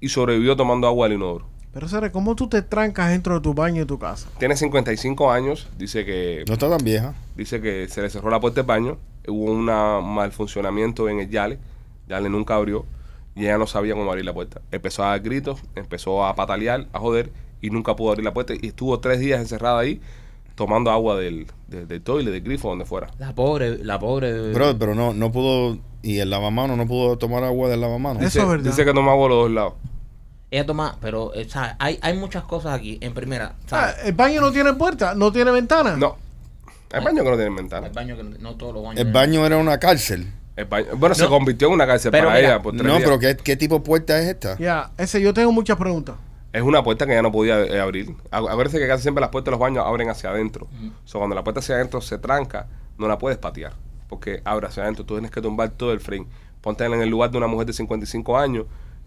Speaker 1: y sobrevivió tomando agua del inodoro.
Speaker 4: Pero, Sara, ¿cómo tú te trancas dentro de tu baño y tu casa?
Speaker 1: Tiene 55 años, dice que
Speaker 5: No está tan vieja.
Speaker 1: dice que se le cerró la puerta del baño, hubo un mal funcionamiento en el Yale, Yale nunca abrió y ella no sabía cómo abrir la puerta. Empezó a dar gritos, empezó a patalear, a joder y nunca pudo abrir la puerta y estuvo tres días encerrada ahí tomando agua del, del, del toile, del grifo, donde fuera.
Speaker 3: La pobre, la pobre.
Speaker 5: Bro, pero no, no pudo. Y el lavamanos no pudo tomar agua del lavamanos.
Speaker 4: Eso
Speaker 1: Dice-
Speaker 4: es verdad.
Speaker 1: Dice que toma agua de los dos lados.
Speaker 3: Ella toma, pero eh, ¿sabes? Hay, hay muchas cosas aquí. En primera,
Speaker 4: Ah,
Speaker 3: ¿sabes?
Speaker 4: el baño no tiene puerta, no tiene ventana.
Speaker 1: No, hay baños que no tienen ventana.
Speaker 3: El baño que no, no todos los baños.
Speaker 5: El baño era una cárcel.
Speaker 1: España- Bueno, se convirtió en una cárcel
Speaker 2: Pero
Speaker 1: para
Speaker 2: mira,
Speaker 1: ella por Pues tres
Speaker 5: No,
Speaker 1: días.
Speaker 5: pero ¿qué, qué tipo de puerta es esta?
Speaker 4: Ya, ese yo tengo muchas preguntas.
Speaker 1: Es una puerta que ya no podía eh, abrir. A- Acuérdense que casi siempre las puertas de los baños abren hacia adentro. O sea, cuando la puerta hacia adentro se tranca, no la puedes patear. Porque abre hacia adentro. Tú tienes que tumbar todo el frame. Ponte en el lugar de una mujer de 55 años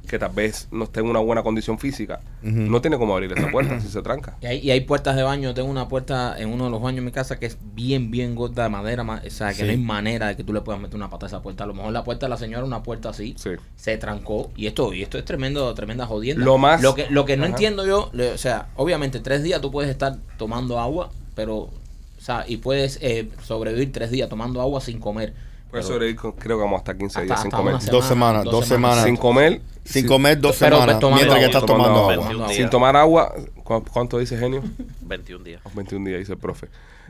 Speaker 1: que tal vez no esté en una buena condición física. No tiene cómo abrir esa puerta si se tranca.
Speaker 3: Y hay, y hay puertas de baño. Tengo una puerta en uno de los baños de mi casa que es bien, bien gorda de madera. ma- O sea, que
Speaker 5: Sí.
Speaker 3: no hay manera de que tú le puedas meter una pata a esa puerta. A lo mejor la puerta de la señora, una puerta así,
Speaker 1: Sí.
Speaker 3: se trancó. Y esto y esto es tremendo, tremenda jodienda.
Speaker 1: Lo más-
Speaker 3: Lo que, lo que no
Speaker 1: Ajá.
Speaker 3: entiendo yo, le- o sea, obviamente tres días tú puedes estar tomando agua, pero. O sea, y puedes eh, sobrevivir tres días tomando agua sin comer.
Speaker 1: Puedes
Speaker 3: Pero-
Speaker 1: sobrevivir con- creo que vamos hasta 15 días
Speaker 3: Hasta-
Speaker 1: sin
Speaker 3: hasta
Speaker 1: comer.
Speaker 3: una
Speaker 5: Dos semanas, dos semanas.
Speaker 1: Sin comer.
Speaker 5: Sin
Speaker 1: sí.
Speaker 5: comer dos
Speaker 3: Pero,
Speaker 5: semanas
Speaker 3: pues, tomando
Speaker 5: mientras que
Speaker 3: agua,
Speaker 5: estás
Speaker 1: tomando
Speaker 5: tomando,
Speaker 1: agua.
Speaker 5: agua.
Speaker 1: Sin tomar agua. ¿cu- ¿Cuánto dice genio?
Speaker 6: 21 días.
Speaker 1: 21 días, dice el profe.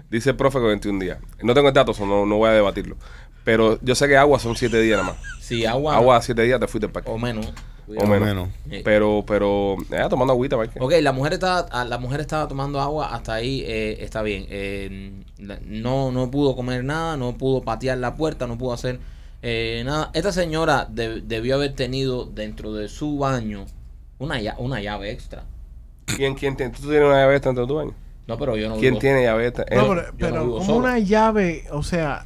Speaker 1: Dice el profe que 21 días. No tengo el dato, so no, no voy a debatirlo. Pero yo sé que agua son 7 días nada más.
Speaker 3: Sí, agua.
Speaker 1: Agua 7 días te fuiste del parque.
Speaker 3: O menos.
Speaker 1: O menos.
Speaker 5: menos.
Speaker 3: Sí.
Speaker 1: Pero, pero, eh, tomando agüita, Mike.
Speaker 3: eh. Ok, la mujer estaba, a- la mujer estaba tomando agua, hasta ahí eh, está bien. Eh, la- no, no pudo comer nada, no pudo patear la puerta, no pudo hacer eh, nada. Esta señora de- debió haber tenido dentro de su baño una, lla- una llave extra.
Speaker 1: ¿Quién, quién tiene? ¿Tú tienes una llave esta dentro de tu baño?
Speaker 3: No, pero yo no
Speaker 1: ¿Quién
Speaker 3: vivo-
Speaker 1: tiene llave esta? Eh,
Speaker 4: No,
Speaker 1: No,
Speaker 4: pero,
Speaker 3: yo
Speaker 4: pero
Speaker 3: no vivo
Speaker 4: como
Speaker 3: solo.
Speaker 4: una llave, o sea,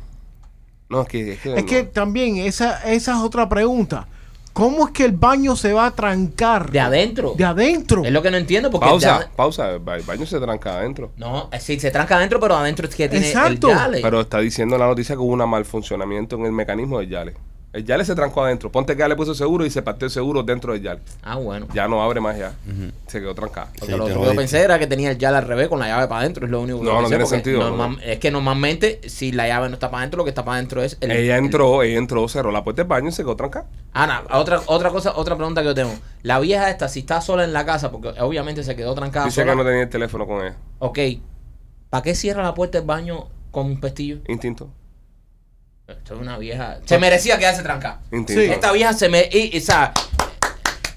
Speaker 1: es que. Es que,
Speaker 4: es
Speaker 1: no.
Speaker 4: que también esa, esa es otra pregunta. ¿Cómo es que el baño se va a trancar?
Speaker 3: De adentro.
Speaker 4: De adentro.
Speaker 3: Es lo que no entiendo porque... de
Speaker 1: Pausa,
Speaker 3: ade-
Speaker 1: pausa. El ba- el baño se tranca adentro.
Speaker 3: no, eh, sí, se tranca adentro, pero adentro es que tiene
Speaker 4: Exacto.
Speaker 3: el yale.
Speaker 1: Pero está diciendo la noticia que hubo un mal funcionamiento en el mecanismo del Yale. El Yale se trancó adentro. Ponte que ya le puso seguro y se partió el seguro dentro del Yale.
Speaker 3: Ah, bueno.
Speaker 1: Ya no abre más ya. Se quedó trancada.
Speaker 3: Porque
Speaker 5: Sí,
Speaker 3: lo
Speaker 5: te
Speaker 3: único que
Speaker 5: jodiste.
Speaker 3: pensé era que tenía el llave al revés con la llave para adentro. Es lo único que
Speaker 1: No, no
Speaker 3: pensé,
Speaker 1: tiene
Speaker 3: porque
Speaker 1: sentido,
Speaker 3: norma-
Speaker 1: no.
Speaker 3: Es que normalmente, si la llave no está para adentro, lo que está para adentro es el.
Speaker 1: Ella entró, ella entró, cerró la puerta del baño y se quedó trancada.
Speaker 3: Ana, otra, otra cosa, otra pregunta que yo tengo. La vieja esta, si está sola en la casa, porque obviamente se quedó trancada
Speaker 1: Dice
Speaker 3: sola.
Speaker 1: que no tenía el teléfono con ella.
Speaker 3: Ok. ¿Para qué cierra la puerta del baño con un pestillo?
Speaker 1: Instinto.
Speaker 3: Esto es una vieja. Se merecía quedarse trancada.
Speaker 1: Instinto.
Speaker 4: Sí.
Speaker 3: Esta vieja se me. y- y, o sea,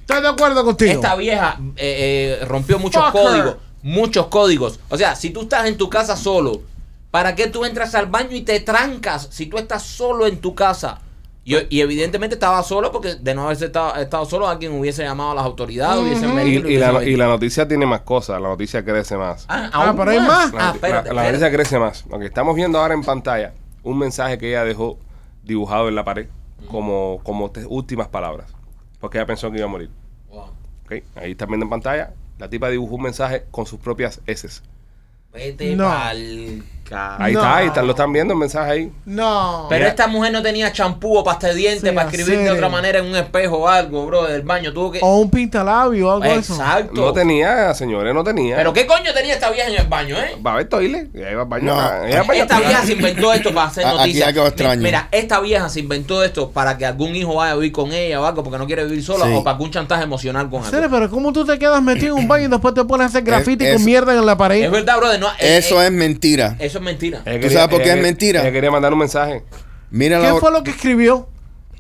Speaker 4: Estoy de acuerdo contigo.
Speaker 3: Esta vieja eh, eh, rompió muchos
Speaker 4: Fuck her.
Speaker 3: códigos. Muchos códigos. O sea, si tú estás en tu casa solo, ¿para qué tú entras al baño y te trancas si tú estás solo en tu casa? Y, y evidentemente estaba solo porque de no haberse estado, estado solo, alguien hubiese llamado a las autoridades, hubiesen
Speaker 1: Y,
Speaker 3: venido.
Speaker 1: y
Speaker 3: hubiesen
Speaker 1: la, y
Speaker 3: venido.
Speaker 1: la noticia tiene más cosas, la noticia crece más.
Speaker 3: Ah,
Speaker 4: Ah,
Speaker 3: aún
Speaker 4: pero hay más.
Speaker 1: La,
Speaker 3: Ah,
Speaker 1: noti-
Speaker 3: espérate,
Speaker 1: la- la
Speaker 3: espérate.
Speaker 1: noticia crece más. Lo que estamos viendo ahora en pantalla, un mensaje que ella dejó dibujado en la pared como, como te- últimas palabras, porque ella pensó que iba a morir.
Speaker 3: Wow.
Speaker 1: ¿ok? Ahí están viendo en pantalla, la tipa dibujó un mensaje con sus propias heces.
Speaker 3: Vete
Speaker 4: No.
Speaker 3: pa'l ca-
Speaker 1: Ahí
Speaker 4: No.
Speaker 1: está, ahí está, lo están viendo el mensaje ahí.
Speaker 4: No.
Speaker 3: Pero esta mujer no tenía champú o pasta de dientes
Speaker 4: Sí,
Speaker 3: para escribir de
Speaker 4: hacer.
Speaker 3: otra manera en un espejo o algo, bro, del baño. Tuvo que.
Speaker 4: o un pintalabio o algo de eso.
Speaker 3: Exacto.
Speaker 1: No tenía, señores, no tenía.
Speaker 3: Pero qué coño tenía esta vieja en el baño, ¿eh?
Speaker 1: Va a ver toile, y ahí va al baño.
Speaker 5: No.
Speaker 1: Ella va al baño
Speaker 3: Esta
Speaker 1: privado.
Speaker 3: vieja se inventó esto para hacer
Speaker 5: A- aquí
Speaker 3: noticias.
Speaker 5: algo extraño.
Speaker 3: Mira, esta vieja se inventó esto para que algún hijo vaya a vivir con ella o algo porque no quiere vivir sola
Speaker 5: Sí.
Speaker 3: o para algún chantaje emocional con
Speaker 4: Serio,
Speaker 3: algo.
Speaker 4: pero ¿cómo tú te quedas metido en un baño y después te pones a hacer grafiti
Speaker 5: Es-
Speaker 4: con
Speaker 5: es-
Speaker 4: mierda en la
Speaker 3: Es
Speaker 4: pared?
Speaker 3: verdad, brother. No, eh,
Speaker 5: Eso
Speaker 3: eh,
Speaker 5: es mentira.
Speaker 3: Eso es mentira.
Speaker 1: Ella
Speaker 5: ¿Tú sabes por qué
Speaker 1: ella
Speaker 5: es
Speaker 1: que-
Speaker 5: mentira?
Speaker 1: Ella quería mandar un mensaje.
Speaker 5: Mira
Speaker 4: ¿Qué
Speaker 5: la
Speaker 4: fue lo que escribió?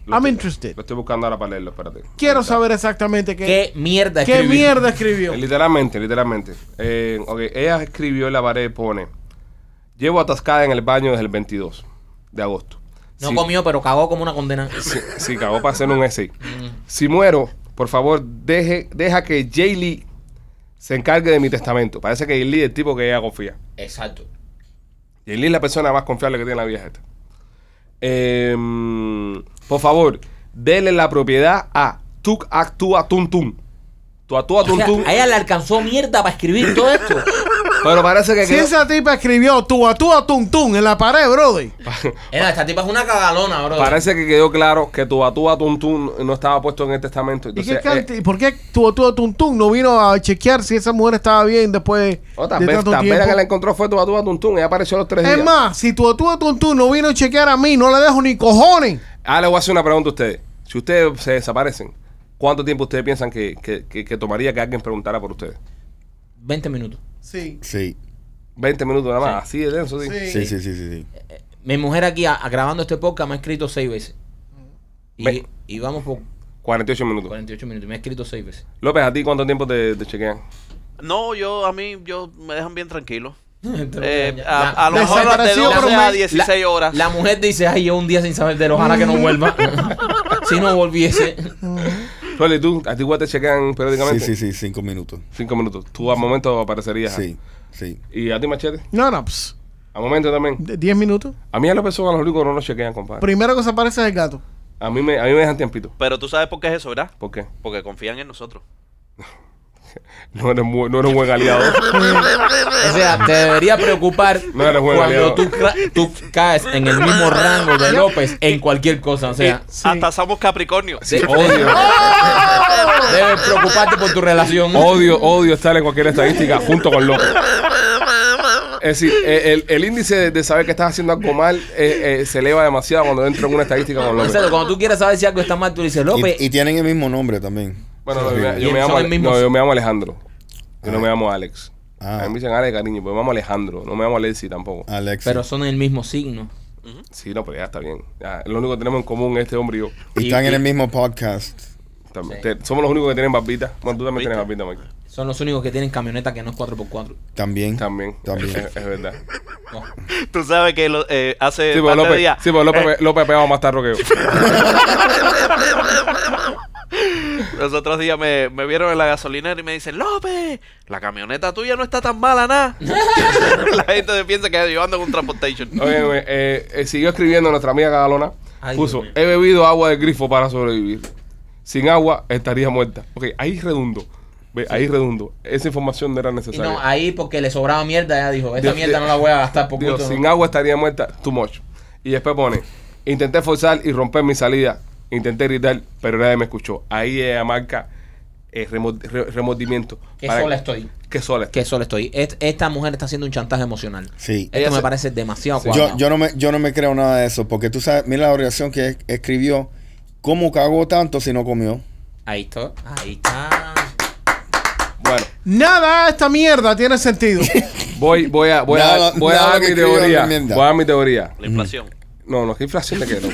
Speaker 4: I'm interested.
Speaker 1: Lo estoy buscando ahora para leerlo, espérate.
Speaker 4: Quiero
Speaker 1: Ahí está.
Speaker 4: saber exactamente qué,
Speaker 3: ¿Qué mierda
Speaker 4: qué,
Speaker 3: escribí?
Speaker 4: mierda escribió.
Speaker 1: Eh, Literalmente, literalmente. Eh, ok, ella escribió en la pared, pone, llevo atascada en el baño desde el 22 de agosto.
Speaker 3: No
Speaker 1: Si-
Speaker 3: comió, pero cagó como una condena.
Speaker 1: Sí, sí, cagó para hacer un essay. Si muero, por favor, deje, deja que Jay Lee se encargue de mi testamento. Parece que Jay Lee es el tipo que ella confía.
Speaker 3: Exacto.
Speaker 1: Y él es la persona más confiable que tiene la vieja esta. Eh, por favor, dele la propiedad a Tuk Actúa Tum Tum. Tu actúa
Speaker 3: O
Speaker 1: Tum
Speaker 3: sea,
Speaker 1: Tum.
Speaker 3: a ella le alcanzó mierda para escribir todo esto.
Speaker 1: Pero parece que
Speaker 4: Si
Speaker 1: quedó-
Speaker 4: esa tipa escribió tú a tú a tum tum en la pared, brother.
Speaker 3: Era, esta tipa es una cagalona, bro.
Speaker 1: parece que quedó claro que tu actúa Tum Tum no estaba puesto en el testamento.
Speaker 4: ¿Y
Speaker 1: Entonces,
Speaker 4: qué canti-
Speaker 1: eh,
Speaker 4: ¿Por qué tú a tú a tum tum no vino a chequear si esa mujer estaba bien después
Speaker 1: o tal
Speaker 4: de
Speaker 1: vez,
Speaker 4: tanto
Speaker 1: tal vez la que la
Speaker 4: tiempo?
Speaker 1: encontró fue tu actúa Tum Tum. Ella apareció a los tres
Speaker 4: Es
Speaker 1: días.
Speaker 4: más, si tú a tú a tum tum no vino a chequear a mí, no le dejo ni cojones.
Speaker 1: Ahora les Ah, voy a hacer una pregunta a ustedes. Si ustedes se desaparecen, ¿cuánto tiempo ustedes piensan que, que- que- que tomaría que alguien preguntara por ustedes?
Speaker 3: 20 minutos.
Speaker 4: Sí.
Speaker 5: Sí.
Speaker 1: ¿20 minutos nada más? Así de denso, sí.
Speaker 5: Sí, sí, sí, sí, sí.
Speaker 3: Mi mujer aquí, a- a- grabando este podcast, me ha escrito seis veces. Y,
Speaker 1: Ve-
Speaker 3: y vamos por
Speaker 1: 48 minutos.
Speaker 3: 48 minutos. Me ha escrito seis veces.
Speaker 1: López, ¿a ti cuánto tiempo te, te chequean?
Speaker 6: No, yo, a mí, yo, me dejan bien tranquilo. Eh, a, a lo mejor de
Speaker 4: Desapareció
Speaker 6: 12
Speaker 4: por un
Speaker 6: a
Speaker 4: mes.
Speaker 6: 16
Speaker 3: la,
Speaker 6: horas.
Speaker 3: La mujer dice, ay, llevo un día sin saber de él, ojalá que no vuelva. si no volviese.
Speaker 1: Rolly, tú, a ti igual te chequean periódicamente.
Speaker 5: Sí, sí, sí, cinco minutos.
Speaker 1: Cinco minutos. Tú a momento aparecerías.
Speaker 5: Sí, sí.
Speaker 1: ¿Y a ti, Machete?
Speaker 4: No, no, pues,
Speaker 1: A momento también.
Speaker 4: de- 10 minutos.
Speaker 1: A mí a las personas, los ricos no nos chequean, compadre.
Speaker 4: Primero que se aparece es el gato.
Speaker 1: A mí me, a mí me dejan tiempito.
Speaker 6: Pero tú sabes por qué es eso, ¿verdad?
Speaker 1: ¿Por qué?
Speaker 6: Porque confían en nosotros.
Speaker 1: No eres, mu- no eres buen aliado.
Speaker 3: O sea, te debería preocupar
Speaker 1: No eres buen aliado.
Speaker 3: cuando tú, cra- tú caes en el mismo rango de López en cualquier cosa. O sea,
Speaker 4: Sí.
Speaker 6: Hasta somos Capricornio.
Speaker 3: de-
Speaker 1: Odio.
Speaker 6: ¡Oh!
Speaker 3: debes preocuparte por tu relación.
Speaker 1: Odio, odio estar en cualquier estadística junto con López. Es decir, eh, el, el índice de, de saber que estás haciendo algo mal eh, eh, se eleva demasiado cuando entro en una estadística con López.
Speaker 3: Marcelo, cuando tú quieres saber si algo está mal, tú dices, López,
Speaker 5: Y, y tienen el mismo nombre también.
Speaker 1: Bueno, no, yo, me-
Speaker 5: Horrible.
Speaker 1: yo me
Speaker 3: Y son
Speaker 1: llamo,
Speaker 3: el
Speaker 1: Ale-
Speaker 3: mismo-
Speaker 1: no, yo me llamo Alejandro. Yo no me llamo Alex.
Speaker 5: Ah.
Speaker 1: A mí me dicen Alex, cariño, pero me llamo Alejandro. No me llamo Alexi tampoco.
Speaker 5: Alexis.
Speaker 3: pero son el mismo signo.
Speaker 1: Sí, no, pero ya está bien. Ya, lo único que tenemos en común es este hombre y yo.
Speaker 5: y están en el mismo podcast.
Speaker 1: También. Te- somos los únicos que tienen barbita. Bueno, tú también
Speaker 6: ¿Viste?
Speaker 1: tienes barbita, Mike.
Speaker 3: Son los únicos que tienen camioneta que no es 4x4.
Speaker 5: También.
Speaker 1: También.
Speaker 5: También.
Speaker 1: Es, es
Speaker 3: Eh,
Speaker 1: verdad. Sí,
Speaker 3: No.
Speaker 6: Tú sabes que lo- eh, hace
Speaker 1: pero
Speaker 6: par de
Speaker 1: López,
Speaker 6: días-
Speaker 1: sí, pero
Speaker 3: Eh.
Speaker 1: López, López ha pegado más tarro que yo.
Speaker 6: Los otros días me, me vieron en la gasolinera y me dicen, López, la camioneta tuya no está tan mala, nada. la gente se piensa que yo ando en un transportation.
Speaker 1: Oye, me- eh, eh, siguió escribiendo nuestra amiga Cadalona.
Speaker 3: Ay,
Speaker 1: Puso,
Speaker 3: Dios mío.
Speaker 1: he bebido agua del grifo para sobrevivir. Sin agua estaría muerta. Ok, ahí redundo. Ve, Ahí redundo. Esa información no era
Speaker 3: Y
Speaker 1: necesaria.
Speaker 3: no, ahí porque le sobraba mierda, ya dijo, esta
Speaker 1: Dios,
Speaker 3: mierda
Speaker 1: Dios,
Speaker 3: no la voy a gastar por
Speaker 1: Digo,
Speaker 3: gusto.
Speaker 1: sin agua estaría muerta, too much. Y después pone, intenté forzar y romper mi salida, intenté gritar, pero nadie me escuchó. Ahí ella marca eh, remor- re- remordimiento.
Speaker 3: Qué
Speaker 1: Para-
Speaker 3: sola estoy.
Speaker 1: Qué sola estoy.
Speaker 3: Que solo estoy. Et- esta mujer está haciendo un chantaje emocional.
Speaker 5: Sí.
Speaker 3: Esto
Speaker 1: Ella
Speaker 3: me
Speaker 1: se-
Speaker 3: parece demasiado
Speaker 5: Yo,
Speaker 3: cuadrado.
Speaker 5: yo, no me, yo no me creo nada de eso, porque tú sabes, mira la oración que es- escribió, ¿cómo cagó tanto si no comió?
Speaker 3: Ahí está. Ahí está.
Speaker 1: Bueno,
Speaker 4: Nada, de esta mierda tiene sentido.
Speaker 1: voy, voy a, voy a,
Speaker 5: Nada-
Speaker 1: voy a
Speaker 5: nada
Speaker 1: dar
Speaker 5: que
Speaker 1: mi
Speaker 5: escriba
Speaker 1: teoría.
Speaker 5: la enmienda.
Speaker 1: Voy a dar mi teoría.
Speaker 6: La inflación.
Speaker 1: No, no, qué inflación te quedó.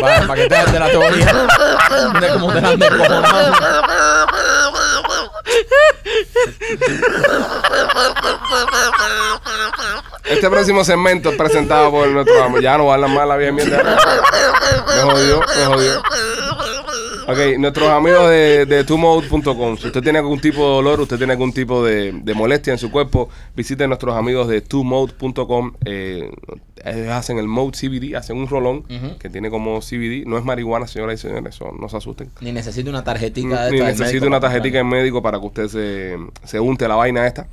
Speaker 3: Para, para que te des de la teoría. De cómo te la han descojonado.
Speaker 1: Este próximo segmento es presentado por nuestro amo. Ya no va a hablar más la vieja mierda. Me jodió, me jodió. Ok, nuestros amigos de, de TwoMode.com. Si usted tiene algún tipo de dolor, usted tiene algún tipo de, de molestia en su cuerpo, visite nuestros amigos de TwoMode.com. Eh, ellos hacen el Mode CBD, hacen un rolón
Speaker 3: Ujú.
Speaker 1: que tiene como CBD. No es marihuana, señoras y señores, eso, no se asusten.
Speaker 3: Ni necesito una tarjetita de
Speaker 1: Ni
Speaker 3: esta de
Speaker 1: necesita
Speaker 3: médico
Speaker 1: una
Speaker 3: para
Speaker 1: tarjetita de
Speaker 3: comprar.
Speaker 1: médico para que usted se, se unte la vaina esta.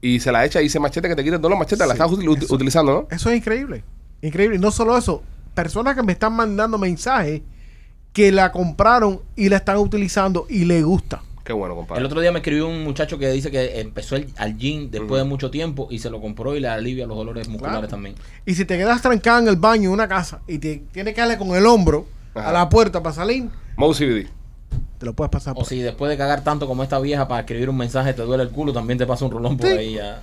Speaker 1: Y se la echa y dice machete que te quita el dolor, machete. la estás util- ut- utilizando, ¿no?
Speaker 4: Eso es increíble. Increíble. Y no solo eso, personas que me están mandando mensajes que la compraron y la están utilizando y le gusta.
Speaker 1: Qué bueno, compadre.
Speaker 3: El otro día me escribió un muchacho que dice que empezó el- al gym después de mucho tiempo y se lo compró y le alivia los dolores musculares
Speaker 4: Claro.
Speaker 3: también.
Speaker 4: Y si te quedas trancada en el baño de una casa y te tienes que darle con el hombro
Speaker 1: Ajá.
Speaker 4: a la puerta para salir,
Speaker 1: Mode CBD.
Speaker 4: te lo puedes
Speaker 1: Ah,
Speaker 4: pasar
Speaker 3: O
Speaker 1: pues.
Speaker 4: por ahí.
Speaker 3: si después de cagar tanto como esta vieja para escribir un mensaje te duele el culo, también te pasa un rolón por ahí ya.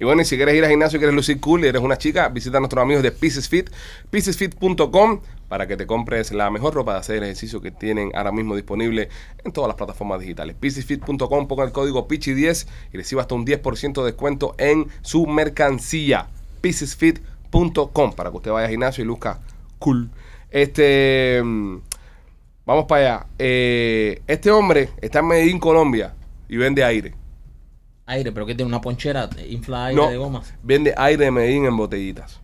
Speaker 1: Y bueno, y si quieres ir al gimnasio y quieres lucir cool y eres una chica, visita a nuestros amigos de Pieces Fit, piecesfit.com para que te compres la mejor ropa de hacer ejercicio que tienen ahora mismo disponible en todas las plataformas digitales. Piecesfit.com, ponga el código PICHI10 y reciba hasta un 10% de descuento en su mercancía. Piecesfit.com para que usted vaya al gimnasio y luzca cool. Este. mm, Vamos para allá. Eh, este hombre está en Medellín, Colombia y vende aire.
Speaker 3: Aire, pero que tiene una ponchera, eh, infla aire
Speaker 1: No.
Speaker 3: de gomas.
Speaker 1: Vende aire de Medellín en botellitas.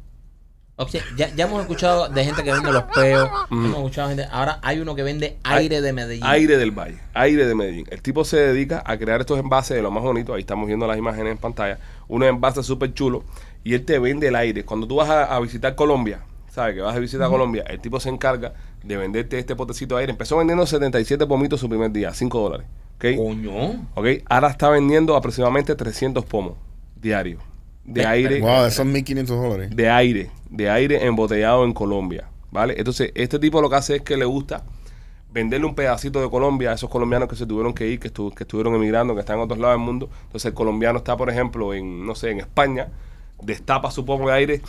Speaker 3: O sea, ya, ya hemos escuchado de gente que vende los peos.
Speaker 5: Mm.
Speaker 3: Hemos escuchado gente. Ahora hay uno que vende aire de Medellín.
Speaker 1: Aire del Valle, aire de Medellín. El tipo se dedica a crear estos envases de lo más bonito. Ahí estamos viendo las imágenes en pantalla. Unos envases súper chulos y él te vende el aire. Cuando tú vas a, a visitar Colombia, ¿sabes? Que vas a visitar Colombia, el tipo se encarga de venderte este potecito de aire. Empezó vendiendo 77 pomitos su primer día, 5 dólares. ¿Ok?
Speaker 3: Coño.
Speaker 1: ¿Ok? Ahora está vendiendo aproximadamente 300 pomos diarios de
Speaker 3: Pero-
Speaker 1: aire
Speaker 5: Wow, esos son 1.500 dólares.
Speaker 1: de aire, de aire embotellado en Colombia, ¿vale? Entonces, este tipo lo que hace es que le gusta venderle un pedacito de Colombia a esos colombianos que se tuvieron que ir, que, estu- que estuvieron emigrando, que están en otros lados del mundo. Entonces, el colombiano está, por ejemplo, en, no sé, en España, destapa su pomo de aire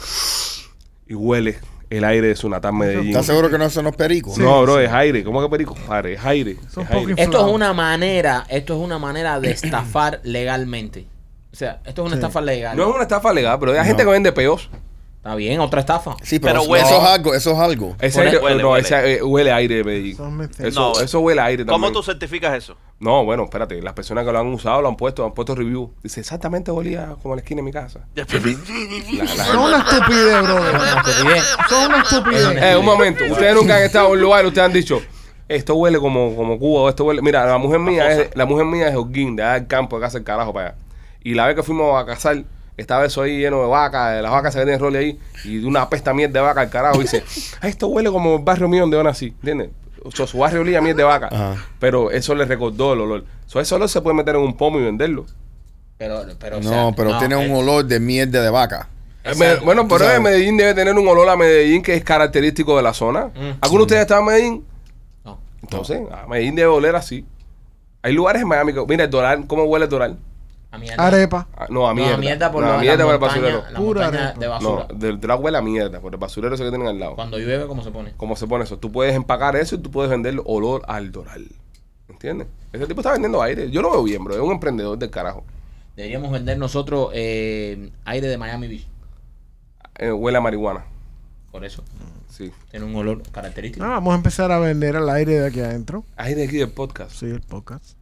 Speaker 1: y huele el aire de su natal Medellín.
Speaker 5: ¿Estás seguro que no son los pericos?
Speaker 4: Sí.
Speaker 1: no, bro, es aire. ¿Cómo que perico? Padre, es aire.
Speaker 4: Son
Speaker 1: es aire. Eh,
Speaker 4: poco
Speaker 3: Esto
Speaker 4: inflado.
Speaker 3: es una manera, esto es una manera de estafar legalmente. O sea, esto es una
Speaker 4: Sí.
Speaker 3: estafa legal.
Speaker 1: No es una estafa legal, pero hay gente
Speaker 5: No.
Speaker 1: que vende peos.
Speaker 3: Está bien, otra estafa.
Speaker 5: Sí, pero,
Speaker 6: Pero
Speaker 5: eso-
Speaker 6: huele.
Speaker 5: eso es algo, eso es algo.
Speaker 3: Eh,
Speaker 1: Ese
Speaker 6: Huele-
Speaker 1: aire,
Speaker 6: huele,
Speaker 1: no,
Speaker 6: huele.
Speaker 1: ese, eh, huele a aire de Medellín.
Speaker 4: Son este- mentiras.
Speaker 1: Eso,
Speaker 6: No.
Speaker 1: eso huele a aire también.
Speaker 6: ¿Cómo tú certificas eso?
Speaker 1: No, bueno, espérate. Las personas que lo han usado lo han puesto, han puesto review. Dice, exactamente olía como la esquina de mi casa. La- la-
Speaker 4: Son una estupidez, brother.
Speaker 3: Estupidez.
Speaker 4: Son una estupidez.
Speaker 1: Eh, un momento. Ustedes nunca han estado en un lugar y ustedes han dicho, esto huele como, como Cuba o esto huele. Mira, la mujer mía es, la mujer mía es Holguín, de allá del campo, de casa del carajo para allá. Y la vez que fuimos a cazar, estaba eso ahí lleno de vacas, de las vacas se ven en rol ahí, y de una pesta mierda de vaca al carajo. Y dice, "Ah, esto huele como el barrio mío donde yo nací, ¿entiendes? O sea, su barrio olía a miel de vaca.
Speaker 5: Ajá.
Speaker 1: Pero eso le recordó el olor. O sea, ese olor se puede meter en un pomo y venderlo.
Speaker 3: Pero, pero, o sea,
Speaker 5: No, pero tiene un
Speaker 3: eh,
Speaker 5: olor de mierda de vaca.
Speaker 1: Eh, me- bueno, pero
Speaker 5: sabes.
Speaker 1: en Medellín debe tener un olor a Medellín que es característico de la zona. ¿Alguno de ustedes ha estado en Medellín?
Speaker 3: Mm. no.
Speaker 1: Entonces, a Medellín debe oler así. Hay lugares en Miami que. Mira, el Doral, ¿cómo huele el Doral?
Speaker 3: A mierda.
Speaker 4: Arepa.
Speaker 1: Ah, No, a
Speaker 3: No,
Speaker 1: mierda.
Speaker 3: a mierda por
Speaker 1: No,
Speaker 3: lo-
Speaker 1: a
Speaker 3: la
Speaker 1: mierda por el
Speaker 3: montaña-
Speaker 1: basurero.
Speaker 3: la
Speaker 4: Pura
Speaker 3: montaña
Speaker 4: arepa.
Speaker 3: de basura.
Speaker 1: No, del Doral huele a mierda por el basurero ese que tienen al lado.
Speaker 3: Cuando llueve, ¿cómo se pone?
Speaker 1: ¿Cómo se pone eso? Tú puedes empacar eso y tú puedes vender olor al Doral. ¿Entiendes? Ese tipo está vendiendo aire. Yo lo veo bien, bro. Es un emprendedor del carajo.
Speaker 3: Deberíamos vender nosotros eh, aire de Miami Beach.
Speaker 1: Eh, huele a marihuana.
Speaker 3: Por eso.
Speaker 1: Sí.
Speaker 3: Tiene un olor característico.
Speaker 4: Ah, vamos a empezar a vender el aire de aquí adentro.
Speaker 1: Aire aquí del podcast.
Speaker 4: Sí, el podcast.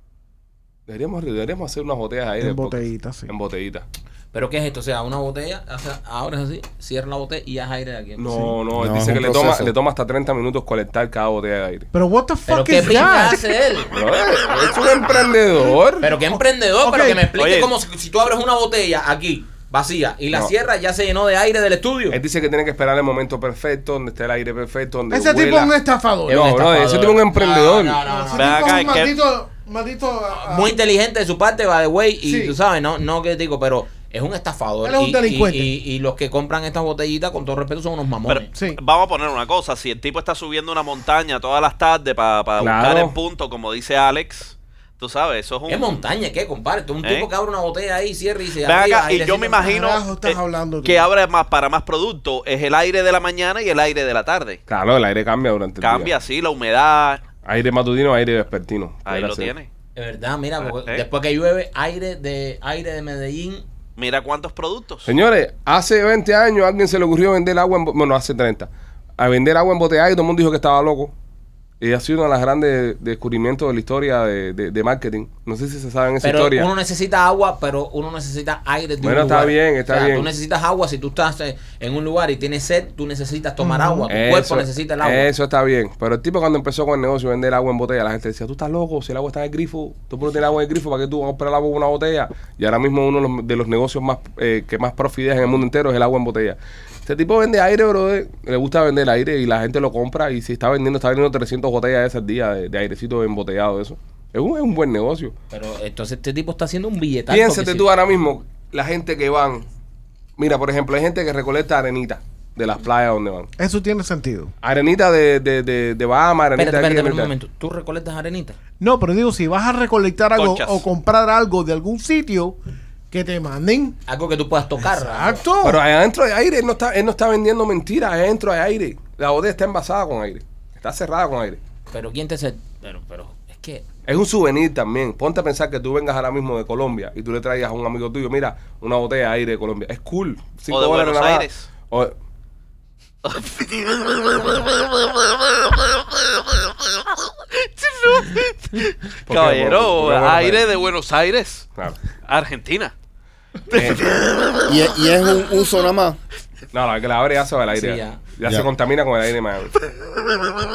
Speaker 1: Deberíamos, deberíamos hacer unas botellas de aire. del
Speaker 4: En
Speaker 1: podcast.
Speaker 4: botellita, sí.
Speaker 1: En botellita.
Speaker 3: ¿Pero qué es esto? O sea, una botella, o sea, ahora es así, cierra la botella y haz aire de aquí.
Speaker 1: No,
Speaker 3: Sí.
Speaker 1: no. él
Speaker 5: No,
Speaker 1: dice
Speaker 5: es
Speaker 1: que
Speaker 5: un
Speaker 1: le toma,
Speaker 5: proceso.
Speaker 1: le toma hasta 30 minutos colectar cada botella de aire.
Speaker 4: Pero what the
Speaker 3: ¿Pero
Speaker 4: fuck
Speaker 3: qué
Speaker 4: is
Speaker 3: pinta
Speaker 4: that?
Speaker 3: hace él?
Speaker 1: Bro, es un emprendedor.
Speaker 3: Pero qué emprendedor, pero
Speaker 4: Ok.
Speaker 3: que me explique
Speaker 6: Oye.
Speaker 3: cómo si si tú abres una botella aquí, vacía, y la
Speaker 1: No.
Speaker 3: cierras ya se llenó de aire del estudio.
Speaker 6: Eh,
Speaker 1: Él dice que tiene que esperar el momento perfecto, donde esté el aire perfecto, donde
Speaker 4: Ese tipo
Speaker 1: huela.
Speaker 4: es un estafador.
Speaker 1: no, bro, ese tipo es un emprendedor.
Speaker 3: No, no, no,
Speaker 4: Ese
Speaker 3: no.
Speaker 4: tipo
Speaker 6: Ven acá,
Speaker 4: es un
Speaker 6: ¿qué-
Speaker 4: maldito, maldito, ah,
Speaker 3: Muy inteligente de su parte, va de way, y
Speaker 4: Sí.
Speaker 3: tú sabes, no, no que digo, pero es un estafador.
Speaker 4: Él es un
Speaker 3: y,
Speaker 4: delincuente.
Speaker 3: Y, y- y los que compran estas botellitas, con todo respeto, son unos
Speaker 6: Pero
Speaker 3: mamones.
Speaker 4: Sí.
Speaker 6: vamos a poner una cosa, si el tipo está subiendo una montaña todas las tardes para
Speaker 1: Claro.
Speaker 6: buscar el punto, como dice Alex, tú sabes, eso es un...
Speaker 3: es montaña, ¿qué, compadre? Tú un
Speaker 6: ¿Eh?
Speaker 3: tipo que abre una botella ahí, cierra y se
Speaker 6: Ven
Speaker 3: arriba,
Speaker 6: acá, y
Speaker 3: airecito.
Speaker 6: yo me imagino
Speaker 4: carajo estás
Speaker 6: eh,
Speaker 4: hablando tú?
Speaker 6: que abre más para más productos es el aire de la mañana y el aire de la tarde.
Speaker 1: Claro, el aire cambia durante el
Speaker 6: Cambia
Speaker 1: día.
Speaker 6: así la humedad,
Speaker 1: Aire matutino, aire vespertino.
Speaker 6: ahí
Speaker 1: Puede
Speaker 6: lo
Speaker 1: ser.
Speaker 6: tiene.
Speaker 3: De verdad, mira, porque
Speaker 6: Ah, eh.
Speaker 3: después que llueve, aire de aire de Medellín.
Speaker 6: Mira cuántos productos.
Speaker 1: Señores, hace 20 años a alguien se le ocurrió vender agua, en, bo- bueno, hace 30, a vender agua embotellada y todo el mundo dijo que estaba loco. Y ha sido uno de los grandes descubrimientos de la historia de, de- de marketing. No sé si se saben esa
Speaker 3: Pero
Speaker 1: historia.
Speaker 3: uno necesita agua, pero uno necesita aire de
Speaker 1: Bueno,
Speaker 3: un
Speaker 1: está
Speaker 3: lugar.
Speaker 1: bien, está
Speaker 3: O sea,
Speaker 1: bien.
Speaker 3: Tú necesitas agua. Si tú estás eh, en un lugar y tienes sed, tú necesitas tomar
Speaker 4: Ujú.
Speaker 3: agua. Tu cuerpo necesita el agua.
Speaker 1: Eso está bien. Pero el tipo cuando empezó con el negocio de vender agua en botella, la gente decía, tú estás loco, si el agua está en el grifo, tú el mundo tiene agua en el grifo, ¿para qué tú vas a comprar el agua en una botella? Y ahora mismo uno de los- de los negocios más eh, que más profidez en el mundo entero es el agua en botella. Este tipo vende aire, bro. Le gusta vender aire y la gente lo compra y si está vendiendo, está vendiendo 300 botellas esas días de, de airecito embotellado, eso. Es un, es un buen negocio.
Speaker 3: Pero entonces este tipo está haciendo un billetazo.
Speaker 1: Piénsate
Speaker 3: que
Speaker 1: tú
Speaker 3: sí.
Speaker 1: ahora mismo, la gente que van, mira, por ejemplo, hay gente que recolecta arenita de las playas donde van.
Speaker 4: Eso tiene sentido.
Speaker 1: Arenita de, de, de, de Bahamas, arenita
Speaker 3: Espérate,
Speaker 1: de aquí,
Speaker 3: espérate, espérate un
Speaker 1: arenita-
Speaker 3: momento. ¿Tú recolectas arenita?
Speaker 4: No, pero digo, si vas a recolectar algo
Speaker 6: Conchas.
Speaker 4: o comprar algo de algún sitio, que te manden.
Speaker 3: Algo que tú puedas tocar.
Speaker 4: Exacto.
Speaker 1: Pero allá adentro hay aire, él no está, él no está vendiendo mentiras, allá adentro hay aire. La botella está envasada con aire, está cerrada con aire.
Speaker 3: Pero quién te... se- Pero, pero, es que...
Speaker 1: Es un souvenir también. Ponte a pensar que tú vengas ahora mismo de Colombia y tú le traigas a un amigo tuyo, mira, una botella de aire de Colombia. Es cool. Cinco
Speaker 6: de
Speaker 1: dólares
Speaker 6: Buenos
Speaker 1: nada más.
Speaker 6: Aires.
Speaker 1: O- ¿Por qué? ¿Por- por
Speaker 6: Caballero,
Speaker 1: qué Buenos
Speaker 6: aire
Speaker 1: Aires?
Speaker 6: de Buenos Aires,
Speaker 1: Claro. Eh,
Speaker 6: Argentina.
Speaker 5: Y es, y es un uso nada más.
Speaker 1: No, la que la abre ya se va el aire. ya
Speaker 3: Sí, ya.
Speaker 1: ya
Speaker 5: Ya.
Speaker 1: se contamina con el aire de Miami.